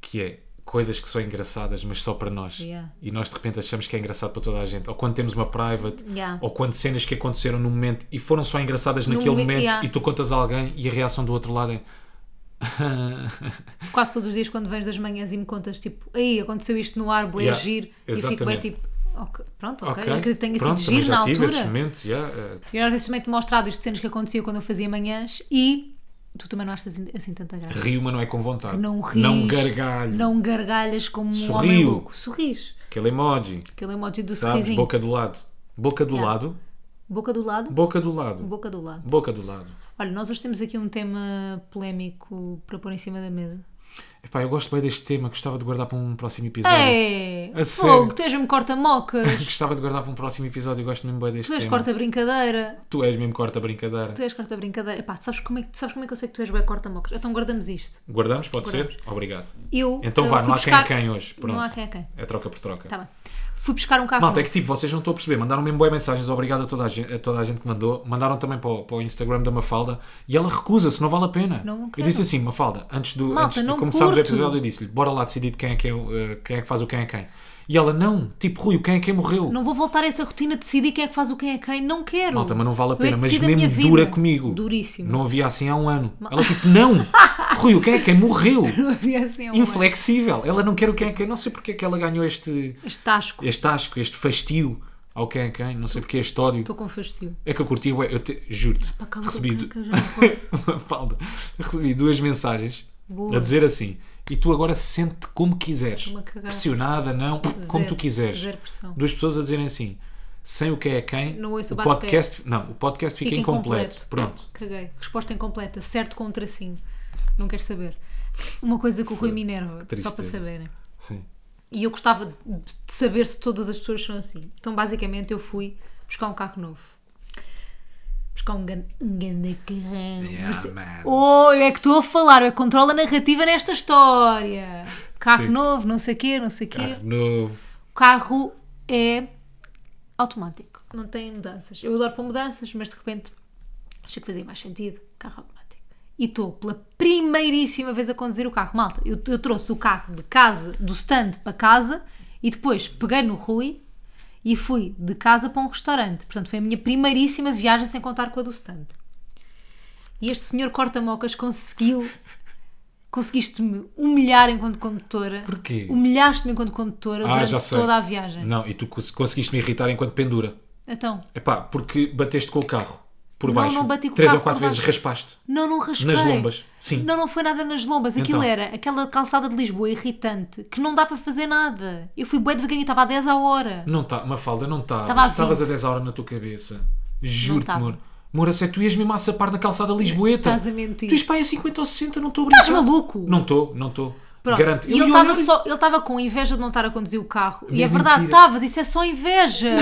Speaker 2: Que é coisas que são engraçadas, mas só para nós.
Speaker 1: Yeah.
Speaker 2: E nós de repente achamos que é engraçado para toda a gente. Ou quando temos uma private,
Speaker 1: Yeah.
Speaker 2: ou quando cenas que aconteceram no momento e foram só engraçadas
Speaker 1: No
Speaker 2: naquele
Speaker 1: momento,
Speaker 2: momento,
Speaker 1: yeah.
Speaker 2: e tu contas a alguém e a reação do outro lado é.
Speaker 1: Quase todos os dias quando vens das manhãs e me contas tipo, aí aconteceu isto no ar, boé
Speaker 2: Yeah,
Speaker 1: giro, e fico bem
Speaker 2: exatamente.
Speaker 1: tipo, ok, pronto, ok,
Speaker 2: ok,
Speaker 1: acredito que tenha
Speaker 2: pronto,
Speaker 1: sido
Speaker 2: também
Speaker 1: giro
Speaker 2: já
Speaker 1: na
Speaker 2: tive
Speaker 1: altura.
Speaker 2: esses momentos, yeah, eh,
Speaker 1: E às vezes também te mostrado isto de cenas que acontecia quando eu fazia manhãs e tu também não achas assim- assim tanta graça.
Speaker 2: rio, mas não é com vontade.
Speaker 1: Não ris,
Speaker 2: Não gargalho.
Speaker 1: não gargalhas como um
Speaker 2: Sorrio.
Speaker 1: homem louco. Sorris.
Speaker 2: Aquele emoji,
Speaker 1: Aquele emoji do
Speaker 2: sabes?
Speaker 1: sorrisinho. Boca,
Speaker 2: Boca do lado. Boca do
Speaker 1: Yeah.
Speaker 2: lado.
Speaker 1: do lado,
Speaker 2: Boca do lado.
Speaker 1: boca do lado.
Speaker 2: Boca do lado.
Speaker 1: Olha, nós hoje temos aqui um tema polémico para pôr em cima da mesa.
Speaker 2: Epá, eu gosto bem deste tema, gostava de guardar para um próximo episódio.
Speaker 1: É! Fogo,
Speaker 2: A sério?
Speaker 1: tu és mesmo corta-mocas,
Speaker 2: Gostava de guardar para um próximo episódio, eu gosto mesmo bem deste
Speaker 1: tu és
Speaker 2: tema.
Speaker 1: corta-brincadeira,
Speaker 2: Tu és mesmo corta brincadeira.
Speaker 1: tu és corta-brincadeira. Epá, tu sabes como, é que, tu sabes como é que eu sei que tu és bem corta-mocas? Então guardamos isto.
Speaker 2: Guardamos, pode
Speaker 1: Guardamos.
Speaker 2: ser? Obrigado.
Speaker 1: Eu.
Speaker 2: Então
Speaker 1: eu
Speaker 2: vá,
Speaker 1: fui
Speaker 2: não há
Speaker 1: buscar...
Speaker 2: quem a quem hoje. Pronto.
Speaker 1: Não há quem a quem.
Speaker 2: É troca por troca.
Speaker 1: Tá bem. Fui buscar um carro.
Speaker 2: Malta, é
Speaker 1: novo.
Speaker 2: que tipo, vocês não estão a perceber, mandaram mesmo boas mensagens, obrigado a toda a gente, a toda a gente que mandou, mandaram também para o, para o Instagram da Mafalda e ela recusa-se, não vale a pena.
Speaker 1: Não
Speaker 2: eu
Speaker 1: quero.
Speaker 2: disse assim, Mafalda, antes, do,
Speaker 1: Malta,
Speaker 2: antes de
Speaker 1: não
Speaker 2: começarmos
Speaker 1: curto.
Speaker 2: o episódio, eu disse-lhe, bora lá decidir de quem é, que é, o, eh, quem é que faz o quem é quem. E ela, não, tipo, Rui, o quem é quem morreu.
Speaker 1: Não vou voltar a essa rotina de decidir quem é que faz o quem é quem. Não quero.
Speaker 2: Malta, mas não vale
Speaker 1: Eu
Speaker 2: a
Speaker 1: é que
Speaker 2: pena, mas
Speaker 1: decido a minha
Speaker 2: mesmo
Speaker 1: vida.
Speaker 2: dura comigo.
Speaker 1: Duríssimo.
Speaker 2: Não havia assim há um ano. Ela tipo, não, Rui, o quem é quem morreu.
Speaker 1: Não havia assim um
Speaker 2: é." Inflexível. Ela não quer o quem é quem. Não sei porque é que ela ganhou este,
Speaker 1: Este tasco.
Speaker 2: este asco, este fastio. Ao quem, é quem? Não sei porque este ódio.
Speaker 1: Estou com fastio.
Speaker 2: É que eu curti, ué, eu te- juro-te.
Speaker 1: Pá, cala a
Speaker 2: Recebi,
Speaker 1: boca,
Speaker 2: du-
Speaker 1: que eu já não posso.
Speaker 2: Falda. Recebi duas mensagens
Speaker 1: Boa.
Speaker 2: a dizer assim: e tu agora sente como quiseres.
Speaker 1: Uma cagada.
Speaker 2: Pressionada, não, como tu quiseres.
Speaker 1: Zero pressão.
Speaker 2: Duas pessoas a dizerem assim: sem o que é quem,
Speaker 1: Não ouço
Speaker 2: o
Speaker 1: o bate-pé.
Speaker 2: podcast. Não, o podcast fica,
Speaker 1: Fica
Speaker 2: incompleto.
Speaker 1: incompleto.
Speaker 2: Pronto.
Speaker 1: Caguei. Resposta incompleta. Certo com um tracinho. Não quero saber. Uma coisa que o Rui me enerva, só
Speaker 2: tristeza.
Speaker 1: para saberem.
Speaker 2: Sim.
Speaker 1: E eu gostava de de saber se todas as pessoas são assim. Então, basicamente, eu fui buscar um carro novo. Buscar um grande, um grande carrão.
Speaker 2: Yeah,
Speaker 1: Merce-
Speaker 2: man.
Speaker 1: Oi, é que estou a falar, eu controlo a narrativa nesta história. Carro
Speaker 2: Sim.
Speaker 1: novo, não sei o quê, não sei o quê.
Speaker 2: Carro novo.
Speaker 1: O carro é automático, não tem mudanças. Eu adoro para mudanças, mas de repente achei que fazia mais sentido carro automático. E estou pela primeiríssima vez a conduzir o carro. Malta, eu, eu trouxe o carro de casa, do stand para casa e depois peguei no Rui e fui de casa para um restaurante. Portanto, foi a minha primeiríssima viagem sem contar com a do stand. E este senhor corta-mocas conseguiu. Conseguiste-me humilhar enquanto condutora.
Speaker 2: Porquê?
Speaker 1: Humilhaste-me enquanto condutora
Speaker 2: Ah,
Speaker 1: durante
Speaker 2: já sei.
Speaker 1: toda a viagem.
Speaker 2: Não, e tu cons- conseguiste me irritar enquanto pendura.
Speaker 1: Então,
Speaker 2: Epá, porque bateste com o carro por
Speaker 1: Não,
Speaker 2: baixo.
Speaker 1: não bati com o
Speaker 2: Três
Speaker 1: carro
Speaker 2: ou quatro
Speaker 1: por
Speaker 2: vezes
Speaker 1: baixo.
Speaker 2: raspaste.
Speaker 1: não, não raspei.
Speaker 2: Nas lombas, sim.
Speaker 1: Não, não foi nada nas lombas. Aquilo
Speaker 2: Então.
Speaker 1: era aquela calçada de Lisboa irritante que não dá para fazer nada. Eu fui bué devagarinho, estava a 10 a hora.
Speaker 2: Não está, Mafalda, não está.
Speaker 1: Tava a
Speaker 2: Estavas a
Speaker 1: 20.
Speaker 2: 10 horas na tua cabeça.
Speaker 1: Não
Speaker 2: Juro-te,
Speaker 1: tava.
Speaker 2: amor. Moura, se é que tu ias mesmo a sapar na calçada Lisboeta.
Speaker 1: Estás a mentir.
Speaker 2: Tu és pai a 50 ou 60, não estou a brincar.
Speaker 1: Estás maluco?
Speaker 2: Não estou, não estou.
Speaker 1: Pronto.
Speaker 2: Garanto.
Speaker 1: E
Speaker 2: Eu
Speaker 1: ele
Speaker 2: ia
Speaker 1: estava
Speaker 2: olhar
Speaker 1: só, ele estava com inveja de não estar a conduzir o carro. E
Speaker 2: Minha
Speaker 1: é verdade,
Speaker 2: mentira.
Speaker 1: estavas, isso é só inveja.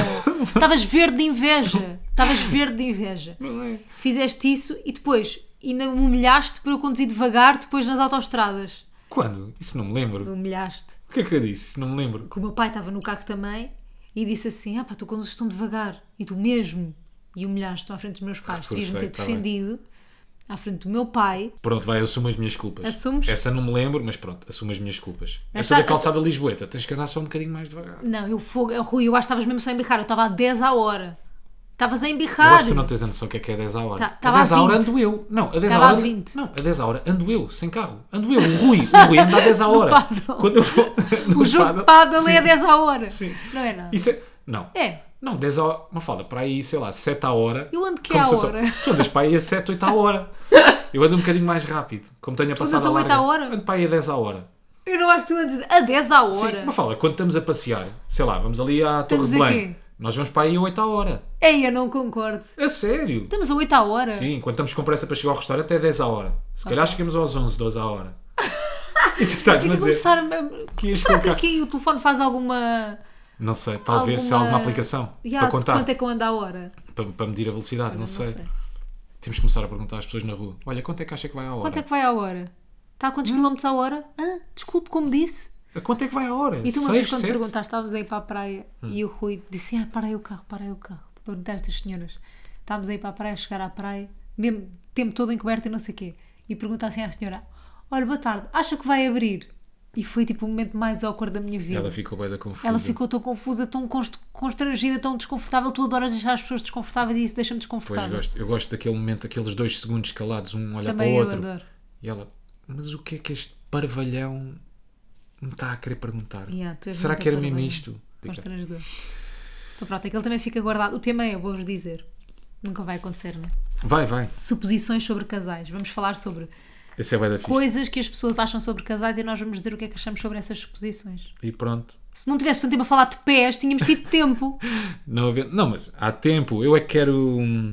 Speaker 1: Estavas verde de inveja. Estavas verde de inveja.
Speaker 2: é."
Speaker 1: Fizeste isso e depois ainda me humilhaste por eu conduzir devagar depois nas autoestradas.
Speaker 2: Quando? Isso não me lembro.
Speaker 1: Humilhaste.
Speaker 2: O que é que eu disse? Isso não me lembro.
Speaker 1: que o meu pai estava no carro também e disse assim: Ah, pá, tu conduzes tão devagar e tu mesmo. E humilhaste-me à frente dos meus pais.
Speaker 2: Eu
Speaker 1: Devias-me
Speaker 2: sei,
Speaker 1: ter
Speaker 2: tá bem.
Speaker 1: defendido à frente do meu pai.
Speaker 2: Pronto, vai, eu assumo as minhas culpas.
Speaker 1: Assumes?
Speaker 2: Essa não me lembro, mas pronto, assumo as minhas culpas.
Speaker 1: Mas
Speaker 2: Essa
Speaker 1: tá-
Speaker 2: da calçada Lisboeta, tens que andar só um bocadinho mais devagar.
Speaker 1: Não, eu fogo, eu, Rui, eu acho que estavas mesmo só a embirrar. Eu estava a 10 à hora. Estavas a
Speaker 2: Eu
Speaker 1: embirrar.
Speaker 2: acho que tu não tens a noção o que é que é 10 à hora.
Speaker 1: Tá-
Speaker 2: a
Speaker 1: tava a
Speaker 2: 10 à hora
Speaker 1: 20.
Speaker 2: ando eu. Não, a 10 à
Speaker 1: Tava a
Speaker 2: hora.
Speaker 1: 20.
Speaker 2: Não, a 10 à hora ando eu, sem carro. Ando eu, o Rui. O Rui anda a 10 à hora.
Speaker 1: pádel.
Speaker 2: Quando eu vou.
Speaker 1: O jogo de paddle é a 10 à hora.
Speaker 2: Sim.
Speaker 1: Não é nada.
Speaker 2: Isso é. Não.
Speaker 1: É.
Speaker 2: Não, 10 à hora. Uma fala, para aí, sei lá, 7 à hora.
Speaker 1: Eu ando que
Speaker 2: Como
Speaker 1: à
Speaker 2: se fosse-
Speaker 1: hora.
Speaker 2: Tu andas para aí a 7, 8 à hora. Eu ando um bocadinho mais rápido. Como tenho a passada
Speaker 1: andas a 8 à hora?
Speaker 2: Ando para aí a 10 à hora.
Speaker 1: Eu não acho que tu andes a 10 à
Speaker 2: Sim,
Speaker 1: hora.
Speaker 2: mas fala, quando estamos a passear, sei lá, vamos ali à Torre
Speaker 1: Estamos
Speaker 2: de Belém.
Speaker 1: aqui.
Speaker 2: Nós vamos para aí a 8 à hora.
Speaker 1: Ei, eu não concordo.
Speaker 2: A sério?
Speaker 1: Estamos a 8 à hora.
Speaker 2: Sim, quando estamos com pressa para chegar ao restaurante é 10 à hora. Se calhar chegamos aos 11, 12 à hora. E tu
Speaker 1: Tem
Speaker 2: estás-me a
Speaker 1: que
Speaker 2: dizer.
Speaker 1: começar a...
Speaker 2: que este
Speaker 1: Será que
Speaker 2: carro-
Speaker 1: aqui o telefone faz alguma.
Speaker 2: Não sei, talvez se há alguma aplicação
Speaker 1: Ya,
Speaker 2: para
Speaker 1: de
Speaker 2: contar,
Speaker 1: Quanto é que eu ando à hora?
Speaker 2: para, para medir a velocidade, não,
Speaker 1: Não
Speaker 2: sei. Temos que começar a perguntar às pessoas na rua: olha, quanto é que acha que vai à hora?
Speaker 1: Quanto é que vai à hora? Está a
Speaker 2: Hum?
Speaker 1: quantos quilómetros à hora? Ah, desculpe, como disse.
Speaker 2: A quanto é que vai à hora?
Speaker 1: E tu uma
Speaker 2: Seis,
Speaker 1: vez quando
Speaker 2: sete? Hum.
Speaker 1: perguntaste, estávamos a ir para a praia e o Rui disse, ah, parei o carro, parei o carro. Perguntaste às senhoras, estávamos a ir para a praia, chegar à praia, mesmo tempo todo encoberto e não sei o quê. E pergunta assim à senhora, olha, boa tarde, acha que vai abrir? E foi tipo o momento mais awkward da minha vida.
Speaker 2: Ela ficou bem da confusa.
Speaker 1: Ela ficou tão confusa, tão const- constrangida, tão desconfortável. Tu adoras deixar as pessoas desconfortáveis e isso deixa-me
Speaker 2: Pois
Speaker 1: desconfortável.
Speaker 2: gosto. Eu gosto daquele momento, aqueles dois segundos calados, um olhar
Speaker 1: Também
Speaker 2: para o
Speaker 1: eu
Speaker 2: outro.
Speaker 1: adoro.
Speaker 2: E ela, mas o que é que este parvalhão me está a querer perguntar?
Speaker 1: Yeah, tu és
Speaker 2: Será
Speaker 1: muito
Speaker 2: que era mesmo
Speaker 1: parvalhão.
Speaker 2: isto?
Speaker 1: Constrangedor. Então pronto, aquele também fica guardado. O tema é, vou-vos dizer, nunca vai acontecer, não é?
Speaker 2: Vai, vai.
Speaker 1: Suposições sobre casais. Vamos falar sobre
Speaker 2: Esse é bem da fixe.
Speaker 1: coisas que as pessoas acham sobre casais e nós vamos dizer o que é que achamos sobre essas suposições.
Speaker 2: E pronto.
Speaker 1: Se não tivesse tanto tempo a falar de pés, tínhamos tido tempo.
Speaker 2: Não, havia- não, mas há tempo. Eu é que quero, hum,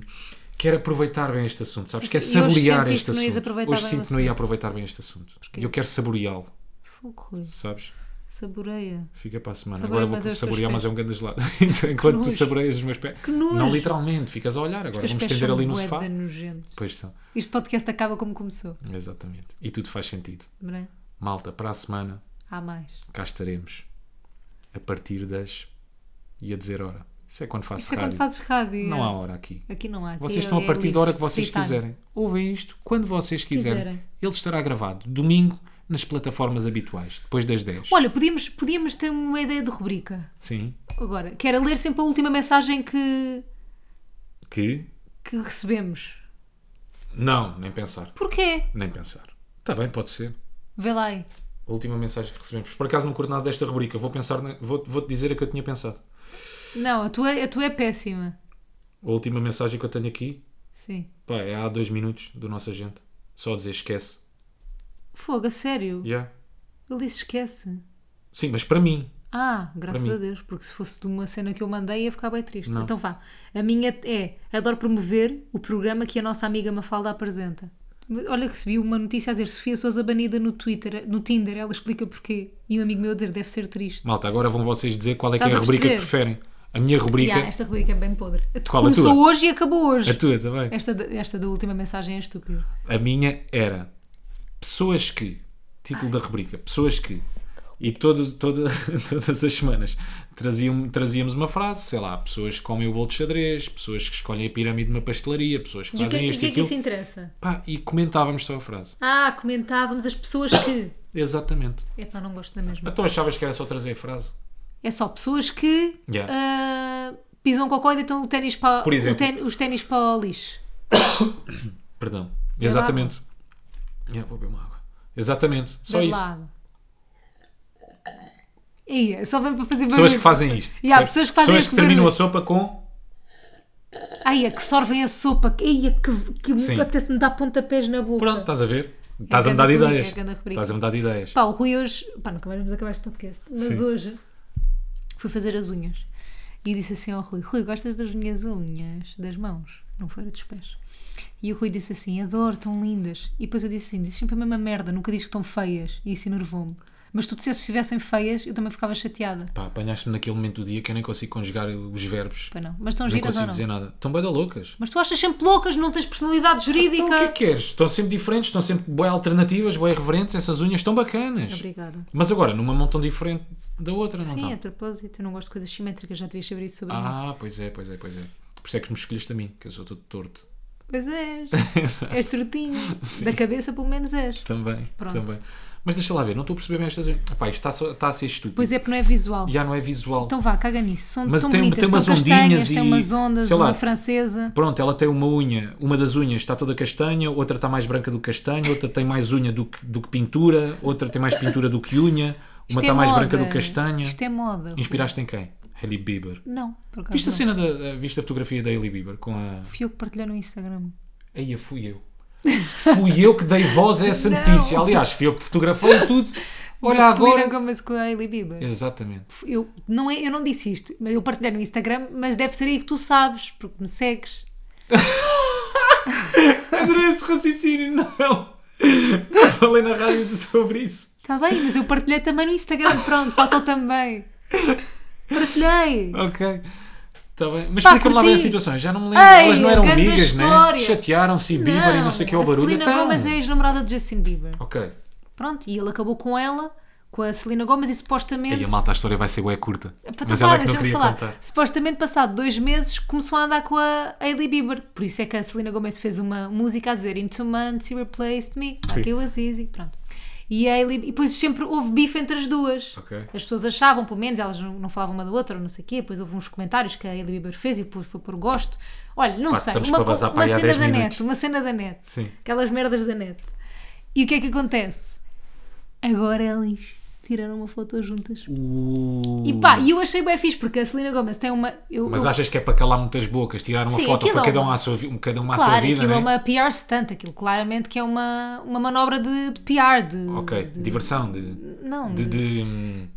Speaker 2: quero aproveitar bem este assunto, sabes? Quero
Speaker 1: E hoje
Speaker 2: saborear
Speaker 1: sentiste
Speaker 2: este
Speaker 1: que não ias
Speaker 2: assunto.
Speaker 1: aproveitar
Speaker 2: Hoje
Speaker 1: bem
Speaker 2: sinto
Speaker 1: o
Speaker 2: que não ia aproveitar bem este assunto. E eu quero saboreá-lo,
Speaker 1: Fogo, Rui.
Speaker 2: sabes?
Speaker 1: Saboreia.
Speaker 2: Fica para a semana.
Speaker 1: Saboreia,
Speaker 2: agora
Speaker 1: mas
Speaker 2: vou
Speaker 1: é os teus
Speaker 2: saborear,
Speaker 1: pés.
Speaker 2: mas é um grande gelado. Então, Enquanto tu
Speaker 1: nojo.
Speaker 2: saboreias os meus pés.
Speaker 1: Que nojo.
Speaker 2: Não literalmente, ficas a olhar agora.
Speaker 1: Os teus
Speaker 2: Vamos
Speaker 1: pés
Speaker 2: estender
Speaker 1: são
Speaker 2: ali no
Speaker 1: bué
Speaker 2: sofá.
Speaker 1: de nojentos.
Speaker 2: Pois são.
Speaker 1: Este podcast acaba como começou,
Speaker 2: Exatamente. E tudo faz sentido.
Speaker 1: não é?
Speaker 2: Malta, para a semana
Speaker 1: Há mais.
Speaker 2: cá estaremos a partir das. ia dizer hora. Isso é quando faço
Speaker 1: Isso é
Speaker 2: rádio.
Speaker 1: quando fazes rádio.
Speaker 2: Não
Speaker 1: é.
Speaker 2: há hora aqui.
Speaker 1: Aqui não há. Aqui
Speaker 2: Vocês
Speaker 1: é-
Speaker 2: estão a
Speaker 1: é
Speaker 2: partir
Speaker 1: livre,
Speaker 2: da hora que vocês
Speaker 1: free time.
Speaker 2: quiserem. Ouvem isto quando vocês quiserem.
Speaker 1: Quiserem.
Speaker 2: Ele estará gravado domingo nas plataformas habituais, depois das 10.
Speaker 1: Olha, podíamos, podíamos ter uma ideia de rubrica
Speaker 2: Sim.
Speaker 1: agora, que era ler sempre a última mensagem que,
Speaker 2: Que?
Speaker 1: que recebemos.
Speaker 2: Não, nem pensar.
Speaker 1: Porquê?
Speaker 2: Nem pensar. Está bem, pode ser.
Speaker 1: Vê lá aí.
Speaker 2: A última mensagem que recebemos. Por acaso não curto nada desta rubrica. Vou pensar, na- vou- vou-te dizer a que eu tinha pensado.
Speaker 1: Não, a tua, a tua é péssima.
Speaker 2: A última mensagem que eu tenho aqui
Speaker 1: Sim.
Speaker 2: pá, é há dois minutos do nosso agente. Só a dizer esquece.
Speaker 1: Fogo, a sério.
Speaker 2: Yeah.
Speaker 1: Ele disse esquece.
Speaker 2: Sim, mas para mim.
Speaker 1: Ah, graças
Speaker 2: Para mim.
Speaker 1: a Deus, porque se fosse de uma cena que eu mandei ia ficar bem triste.
Speaker 2: Não.
Speaker 1: Então vá. A minha é: adoro promover o programa que a nossa amiga Mafalda apresenta. Olha que recebi uma notícia a dizer Sofia Sousa banida no Twitter, no Tinder, ela explica porquê. E um amigo meu a dizer deve ser triste.
Speaker 2: Malta, agora vão vocês dizer qual é que é
Speaker 1: Estás
Speaker 2: a
Speaker 1: a
Speaker 2: rubrica que
Speaker 1: perceber?
Speaker 2: preferem. A minha rubrica,
Speaker 1: Ya, esta rubrica é bem podre.
Speaker 2: Qual a
Speaker 1: Começou
Speaker 2: tua?
Speaker 1: hoje e acabou hoje.
Speaker 2: a tua tá também.
Speaker 1: Esta, da- esta da última mensagem é estúpida.
Speaker 2: A minha era Pessoas que. Título da rubrica: Pessoas que. E todo, toda, todas as semanas traziam, trazíamos uma frase, sei lá, pessoas que comem o bolo de xadrez, pessoas que escolhem a pirâmide de uma pastelaria, pessoas que
Speaker 1: E o que,
Speaker 2: fazem
Speaker 1: e o
Speaker 2: isto
Speaker 1: que
Speaker 2: e
Speaker 1: é que
Speaker 2: aquilo.
Speaker 1: isso interessa?
Speaker 2: Pá, e comentávamos só a frase.
Speaker 1: Ah, comentávamos as pessoas que.
Speaker 2: Exatamente.
Speaker 1: Epá, não gosto da mesma.
Speaker 2: Então achavas que era só trazer a frase?
Speaker 1: É só pessoas que
Speaker 2: Yeah.
Speaker 1: ah, pisam cocó e deitam o ténis para,
Speaker 2: Por
Speaker 1: o
Speaker 2: exemplo.
Speaker 1: tén- os ténis para o lixo.
Speaker 2: Perdão.
Speaker 1: Bebe
Speaker 2: Exatamente. Yeah, vou beber uma água. Exatamente. Só
Speaker 1: Bebe
Speaker 2: isso.
Speaker 1: lá água. E aí, é só mesmo para fazer
Speaker 2: Pessoas
Speaker 1: barulho.
Speaker 2: que fazem isto.
Speaker 1: Yeah, pessoas
Speaker 2: percebes?
Speaker 1: que fazem
Speaker 2: pessoas
Speaker 1: esse
Speaker 2: que terminam
Speaker 1: barulho.
Speaker 2: a sopa com.
Speaker 1: Ai, é que sorvem a sopa. Ai, é que,
Speaker 2: Sim.
Speaker 1: que apetece-me dar pontapés na boca.
Speaker 2: Pronto, estás a ver? Estás a
Speaker 1: grande
Speaker 2: mudar de
Speaker 1: rubrica,
Speaker 2: ideias.
Speaker 1: é grande rubrica.
Speaker 2: Estás a mudar de ideias.
Speaker 1: Pá, o Rui hoje. Pá, nunca mais vamos acabar este podcast. Mas
Speaker 2: Sim.
Speaker 1: hoje fui fazer as unhas e disse assim ao Rui: Rui, gostas das minhas unhas? Das mãos, não fora dos pés. E o Rui disse assim: Adoro, tão lindas. E depois eu disse assim: Dizes sempre a mesma merda, nunca dizes que estão feias. E isso enervou-me. Mas tu disseste que se estivessem feias, eu também ficava chateada.
Speaker 2: Pá, apanhaste-me naquele momento do dia que eu nem consigo conjugar os verbos.
Speaker 1: Pá, não. Mas estão
Speaker 2: nem
Speaker 1: giras
Speaker 2: consigo
Speaker 1: ou não?
Speaker 2: dizer nada. Estão bem da loucas.
Speaker 1: Mas tu achas sempre loucas, não tens personalidade jurídica.
Speaker 2: Então o que é que queres? Estão sempre diferentes, estão sempre boas alternativas, boas reverentes, essas unhas estão bacanas.
Speaker 1: Obrigada.
Speaker 2: Mas agora, numa mão tão diferente da outra, não
Speaker 1: Sim, é a
Speaker 2: estão?
Speaker 1: propósito, eu não gosto de coisas simétricas, já devias saber isso sobre mim.
Speaker 2: Então, Ah, pois é, pois é, pois é. Por isso é que me escolheste a mim, que eu sou todo torto.
Speaker 1: Pois és. És tortinho. Da cabeça, pelo menos és.
Speaker 2: Também,
Speaker 1: Pronto.
Speaker 2: também. Mas deixa lá ver, não estou a perceber bem estas. Epá, isto está, só- está a ser estúpido.
Speaker 1: Pois é, porque não é visual.
Speaker 2: Já não é visual.
Speaker 1: Então vá, caga nisso. São
Speaker 2: Mas
Speaker 1: tão
Speaker 2: tem-
Speaker 1: bonitas,
Speaker 2: tem
Speaker 1: tão
Speaker 2: umas
Speaker 1: castanhas,
Speaker 2: ondinhas
Speaker 1: tem
Speaker 2: e-
Speaker 1: umas ondas,
Speaker 2: sei lá.
Speaker 1: uma francesa.
Speaker 2: Pronto, ela tem uma unha, uma das unhas está toda castanha, outra está mais branca do que castanho, outra tem mais unha do que, do que pintura, outra tem mais pintura do que unha, uma
Speaker 1: Isto
Speaker 2: está
Speaker 1: é
Speaker 2: mais
Speaker 1: moda.
Speaker 2: branca do que castanha.
Speaker 1: Isto é moda. Tá Rui.
Speaker 2: Inspiraste em quem? Hailey Bieber.
Speaker 1: Não, por acaso
Speaker 2: Viste assim? a
Speaker 1: não.
Speaker 2: cena da. Viste a fotografia da Hailey Bieber com a.
Speaker 1: Fui eu que partilhei no Instagram.
Speaker 2: Aí fui eu. Fui eu que dei voz a essa
Speaker 1: Não.
Speaker 2: notícia. Aliás, fui eu que fotografei tudo. Olha
Speaker 1: Da Selena
Speaker 2: agora. É.
Speaker 1: Gomez com a Hailey Bieber.
Speaker 2: Exatamente.
Speaker 1: Eu não, é- eu não disse isto, mas eu partilhei no Instagram, mas deve ser aí que tu sabes, porque me segues.
Speaker 2: Adorei esse raciocínio, não. Não falei na rádio sobre isso.
Speaker 1: Está Tá bem, mas eu partilhei também no Instagram, pronto, faltou também. Partilhei.
Speaker 2: Ok. Tá bem. Mas
Speaker 1: Pá,
Speaker 2: explica-me lá bem a
Speaker 1: curti.
Speaker 2: situação. Já não me lembro.
Speaker 1: Ei,
Speaker 2: Elas não eram
Speaker 1: grande
Speaker 2: amigas,
Speaker 1: história.
Speaker 2: né? Chatearam-se e Bieber e não sei o que é o
Speaker 1: a
Speaker 2: barulho.
Speaker 1: Selena
Speaker 2: Então.
Speaker 1: Gomez é ex-namorada de Justin Bieber.
Speaker 2: Ok.
Speaker 1: Pronto, e ele acabou com ela, com a Selena Gomes, e supostamente.
Speaker 2: Aí a malta, a história vai ser bué curta.
Speaker 1: Pá, tá
Speaker 2: Mas
Speaker 1: vá,
Speaker 2: ela é que não
Speaker 1: deixa-me
Speaker 2: queria
Speaker 1: falar.
Speaker 2: contar.
Speaker 1: Supostamente, passado dois meses, começou a andar com a Hailey Bieber. Por isso é que a Selena Gomez fez uma música a dizer In two months you replaced me, like it was easy. Pronto. E, a Hailey, e depois sempre houve bife entre as duas.
Speaker 2: Ok.
Speaker 1: As pessoas achavam, pelo menos, elas não, não falavam uma da outra, ou não sei o quê. Depois houve uns comentários que a Hailey Bieber fez e depois foi por gosto. Olha, não
Speaker 2: Pá,
Speaker 1: sei,
Speaker 2: estamos
Speaker 1: uma,
Speaker 2: para
Speaker 1: co-
Speaker 2: bazar para
Speaker 1: uma
Speaker 2: aí há
Speaker 1: cena
Speaker 2: 10
Speaker 1: da net,
Speaker 2: minutos.
Speaker 1: uma cena da net.
Speaker 2: Sim.
Speaker 1: Aquelas merdas da net. E o que é que acontece? Agora eles tiraram uma foto juntas. E pá, e eu achei bem fixe, porque a Selena Gomez tem uma. Eu,
Speaker 2: Mas
Speaker 1: eu,
Speaker 2: achas que é para calar muitas bocas, tirar uma
Speaker 1: Sim,
Speaker 2: foto
Speaker 1: aquilo
Speaker 2: para
Speaker 1: é
Speaker 2: cada um
Speaker 1: uma-
Speaker 2: à sua, vi- um- cada uma à
Speaker 1: claro,
Speaker 2: sua vida,
Speaker 1: aquilo é
Speaker 2: né?
Speaker 1: uma PR stunt, aquilo claramente que é uma, uma manobra de, de PR, de.
Speaker 2: Ok,
Speaker 1: de-
Speaker 2: diversão, de,
Speaker 1: Não,
Speaker 2: de,
Speaker 1: de-
Speaker 2: de- hum,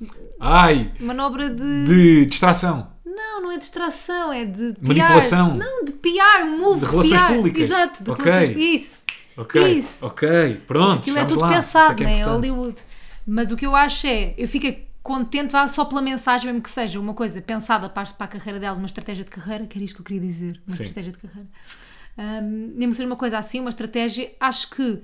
Speaker 2: Ai!
Speaker 1: manobra de.
Speaker 2: De distração.
Speaker 1: Não, não é distração, é de. PR.
Speaker 2: Manipulação.
Speaker 1: Não, de PR, move.
Speaker 2: De relações
Speaker 1: PR.
Speaker 2: públicas.
Speaker 1: Exato, de
Speaker 2: Ok.
Speaker 1: relações. Isso.
Speaker 2: Ok,
Speaker 1: Isso.
Speaker 2: ok, pronto.
Speaker 1: Aquilo é
Speaker 2: estamos
Speaker 1: tudo
Speaker 2: lá. Isso é
Speaker 1: pensado,
Speaker 2: que é
Speaker 1: né? É
Speaker 2: importante.
Speaker 1: Hollywood. Mas o que eu acho é, eu fico contente vá só pela mensagem, mesmo que seja uma coisa pensada para a, para a carreira delas, uma estratégia de carreira, que era isto que eu queria dizer, uma
Speaker 2: Sim.
Speaker 1: estratégia de carreira. Hum, mesmo que seja uma coisa assim, uma estratégia, acho que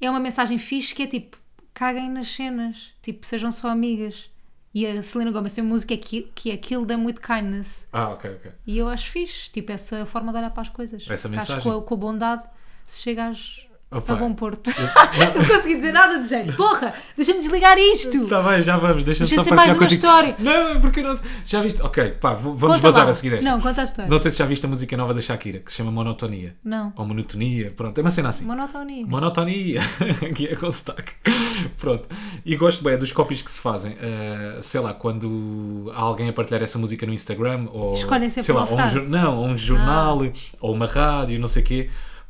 Speaker 1: é uma mensagem fixe que é tipo, caguem nas cenas, tipo, sejam só amigas. E a Selena Gomez tem uma música que, que é Kill Them With Kindness.
Speaker 2: Ah, ok, ok.
Speaker 1: E eu acho fixe, tipo, essa forma de olhar para as coisas. Acho que
Speaker 2: Essa mensagem.
Speaker 1: com a, com a bondade se chega às,
Speaker 2: Opa.
Speaker 1: Para Bom Porto. não consegui dizer nada de jeito. Porra, deixa-me desligar isto.
Speaker 2: Tá bem, já vamos, deixa-me
Speaker 1: Deixa
Speaker 2: só
Speaker 1: eu ter mais
Speaker 2: partilhar
Speaker 1: uma
Speaker 2: contigo.
Speaker 1: história.
Speaker 2: Não, é porque eu não sei. Já viste? Ok, pá, v- vamos
Speaker 1: Conta
Speaker 2: vazar
Speaker 1: lá.
Speaker 2: a seguir esta.
Speaker 1: Não, conta a história.
Speaker 2: Não sei Oh, se já viste a música nova da Shakira, que se chama Monotonia.
Speaker 1: Não.
Speaker 2: Ou Monotonia, pronto, é uma cena assim.
Speaker 1: Monotonia.
Speaker 2: Monotonia, aqui é com sotaque. Pronto. E gosto bem é dos copies que se fazem. eh, sei lá, quando há alguém a partilhar essa música no Instagram, ou
Speaker 1: Escolhem sempre
Speaker 2: sei lá,
Speaker 1: uma
Speaker 2: ou um,
Speaker 1: frase. Ah.
Speaker 2: jor- não, ou um jornal, ou uma rádio, não sei o quê.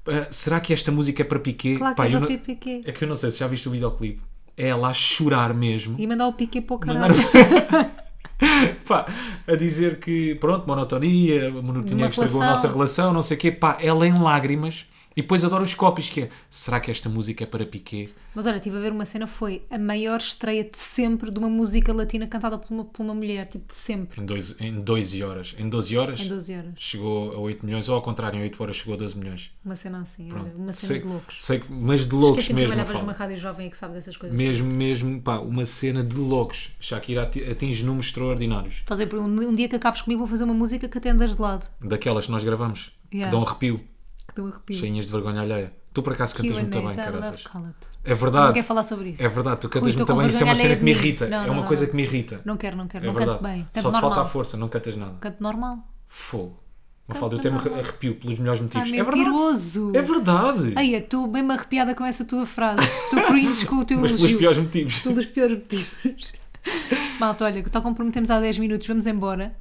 Speaker 2: Eh, será que esta música é para Piqué?
Speaker 1: Claro que
Speaker 2: Pá,
Speaker 1: é
Speaker 2: eu
Speaker 1: para
Speaker 2: não-
Speaker 1: Piqué.
Speaker 2: É que eu não sei se já viste o videoclipe. É ela a chorar mesmo.
Speaker 1: E mandar o pique para o
Speaker 2: Mandar-
Speaker 1: caralho.
Speaker 2: Pá, a dizer que, pronto, monotonia, a monotonia
Speaker 1: Uma
Speaker 2: que estragou a
Speaker 1: relação.
Speaker 2: nossa relação, não sei o quê, pá, ela em lágrimas. E depois adoro os copies, que é, será que esta música é para Piqué?
Speaker 1: Mas olha, estive a ver uma cena, foi a maior estreia de sempre de uma música latina cantada por uma, por uma mulher, tipo, de sempre,
Speaker 2: Em, dois, em 12 horas. Em 12 horas?
Speaker 1: em 12 horas.
Speaker 2: Chegou a 8 milhões, ou ao contrário, em 8 horas chegou a 12 milhões.
Speaker 1: Uma cena assim, olha,
Speaker 2: Pronto.
Speaker 1: uma cena
Speaker 2: sei,
Speaker 1: de loucos.
Speaker 2: sei que- mas de loucos
Speaker 1: Esqueci-me que
Speaker 2: mesmo. eu
Speaker 1: trabalhavas
Speaker 2: falo.
Speaker 1: numa rádio jovem e que sabes essas coisas.
Speaker 2: Mesmo, mesmo, pá, uma cena de loucos. Shakira ati- atinge números extraordinários.
Speaker 1: Estás a dizer, por um, um dia que acabes comigo vou fazer uma música que até andas de lado,
Speaker 2: Daquelas que nós gravamos,
Speaker 1: Yeah.
Speaker 2: que dão arrepio,
Speaker 1: que deu um arrepio.
Speaker 2: cheinhas de vergonha alheia. Tu por acaso cantas
Speaker 1: Q&As,
Speaker 2: muito bem,
Speaker 1: I love
Speaker 2: caras.
Speaker 1: Collett.
Speaker 2: É
Speaker 1: Não
Speaker 2: verdade.
Speaker 1: quero falar sobre isso.
Speaker 2: É verdade, tu
Speaker 1: Rui,
Speaker 2: cantas
Speaker 1: estou
Speaker 2: muito
Speaker 1: com
Speaker 2: bem, isso é uma
Speaker 1: vergonha
Speaker 2: cena que me
Speaker 1: alheia de mim.
Speaker 2: irrita.
Speaker 1: Não, não,
Speaker 2: é uma
Speaker 1: não,
Speaker 2: coisa
Speaker 1: não.
Speaker 2: que me irrita.
Speaker 1: Não quero, não quero,
Speaker 2: é
Speaker 1: não
Speaker 2: verdade.
Speaker 1: canto bem. Canto
Speaker 2: Só te
Speaker 1: normal.
Speaker 2: falta a força, não cantas nada.
Speaker 1: Canto normal.
Speaker 2: Fogo. Uma falta, eu até
Speaker 1: Canta
Speaker 2: me
Speaker 1: normal.
Speaker 2: arrepio pelos melhores
Speaker 1: Ah,
Speaker 2: motivos. é verdade.
Speaker 1: mentiroso.
Speaker 2: É verdade.
Speaker 1: Ai, eu estou bem arrepiada com essa tua frase. Estou cringe com o teu
Speaker 2: Mas pelos
Speaker 1: elogio.
Speaker 2: piores motivos.
Speaker 1: Pelos piores motivos. Malta, olha, tal como prometemos há 10 minutos, vamos embora.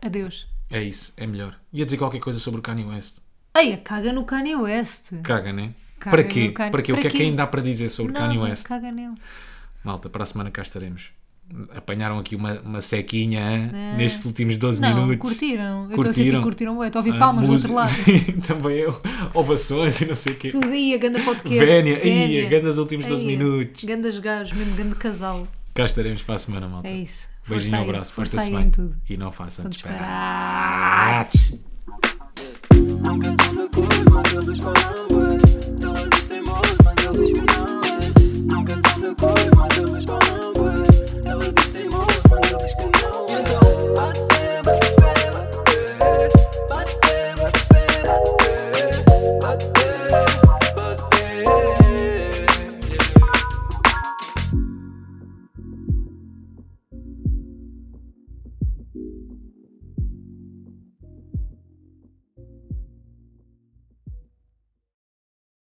Speaker 1: Adeus.
Speaker 2: É isso, é melhor. Ia dizer qualquer coisa sobre o Kanye West.
Speaker 1: Eia, caga no Kanye West.
Speaker 2: Caga, né?
Speaker 1: Caga
Speaker 2: para quê?
Speaker 1: no Kanye-
Speaker 2: Para quê? O
Speaker 1: para
Speaker 2: que é que
Speaker 1: quê?
Speaker 2: ainda dá para dizer sobre Kanye
Speaker 1: Nada,
Speaker 2: West?
Speaker 1: caga nele.
Speaker 2: Malta, para a semana cá estaremos. Apanharam aqui uma, uma sequinha hã? nestes últimos 12
Speaker 1: É. Não,
Speaker 2: minutos.
Speaker 1: curtiram. Eu estou a sentir que curtiram bué. Estou a ouvir
Speaker 2: Ah,
Speaker 1: palmas do outro
Speaker 2: música-
Speaker 1: lado.
Speaker 2: Sim, também eu. Ovações e não sei o quê.
Speaker 1: Tudo aí, a ganda podcast.
Speaker 2: Vénia, aí, gandas últimos 12
Speaker 1: Eia,
Speaker 2: minutos.
Speaker 1: Gandas gajos, mesmo grande casal.
Speaker 2: Cá estaremos para a semana, malta.
Speaker 1: É isso.
Speaker 2: Beijinho
Speaker 1: Força
Speaker 2: e
Speaker 1: aí,
Speaker 2: abraço para
Speaker 1: força
Speaker 2: esta
Speaker 1: aí
Speaker 2: semana.
Speaker 1: em tudo.
Speaker 2: E não façam
Speaker 1: São
Speaker 2: disparar.
Speaker 1: disparados.
Speaker 3: Não cantando cor, mas eles falam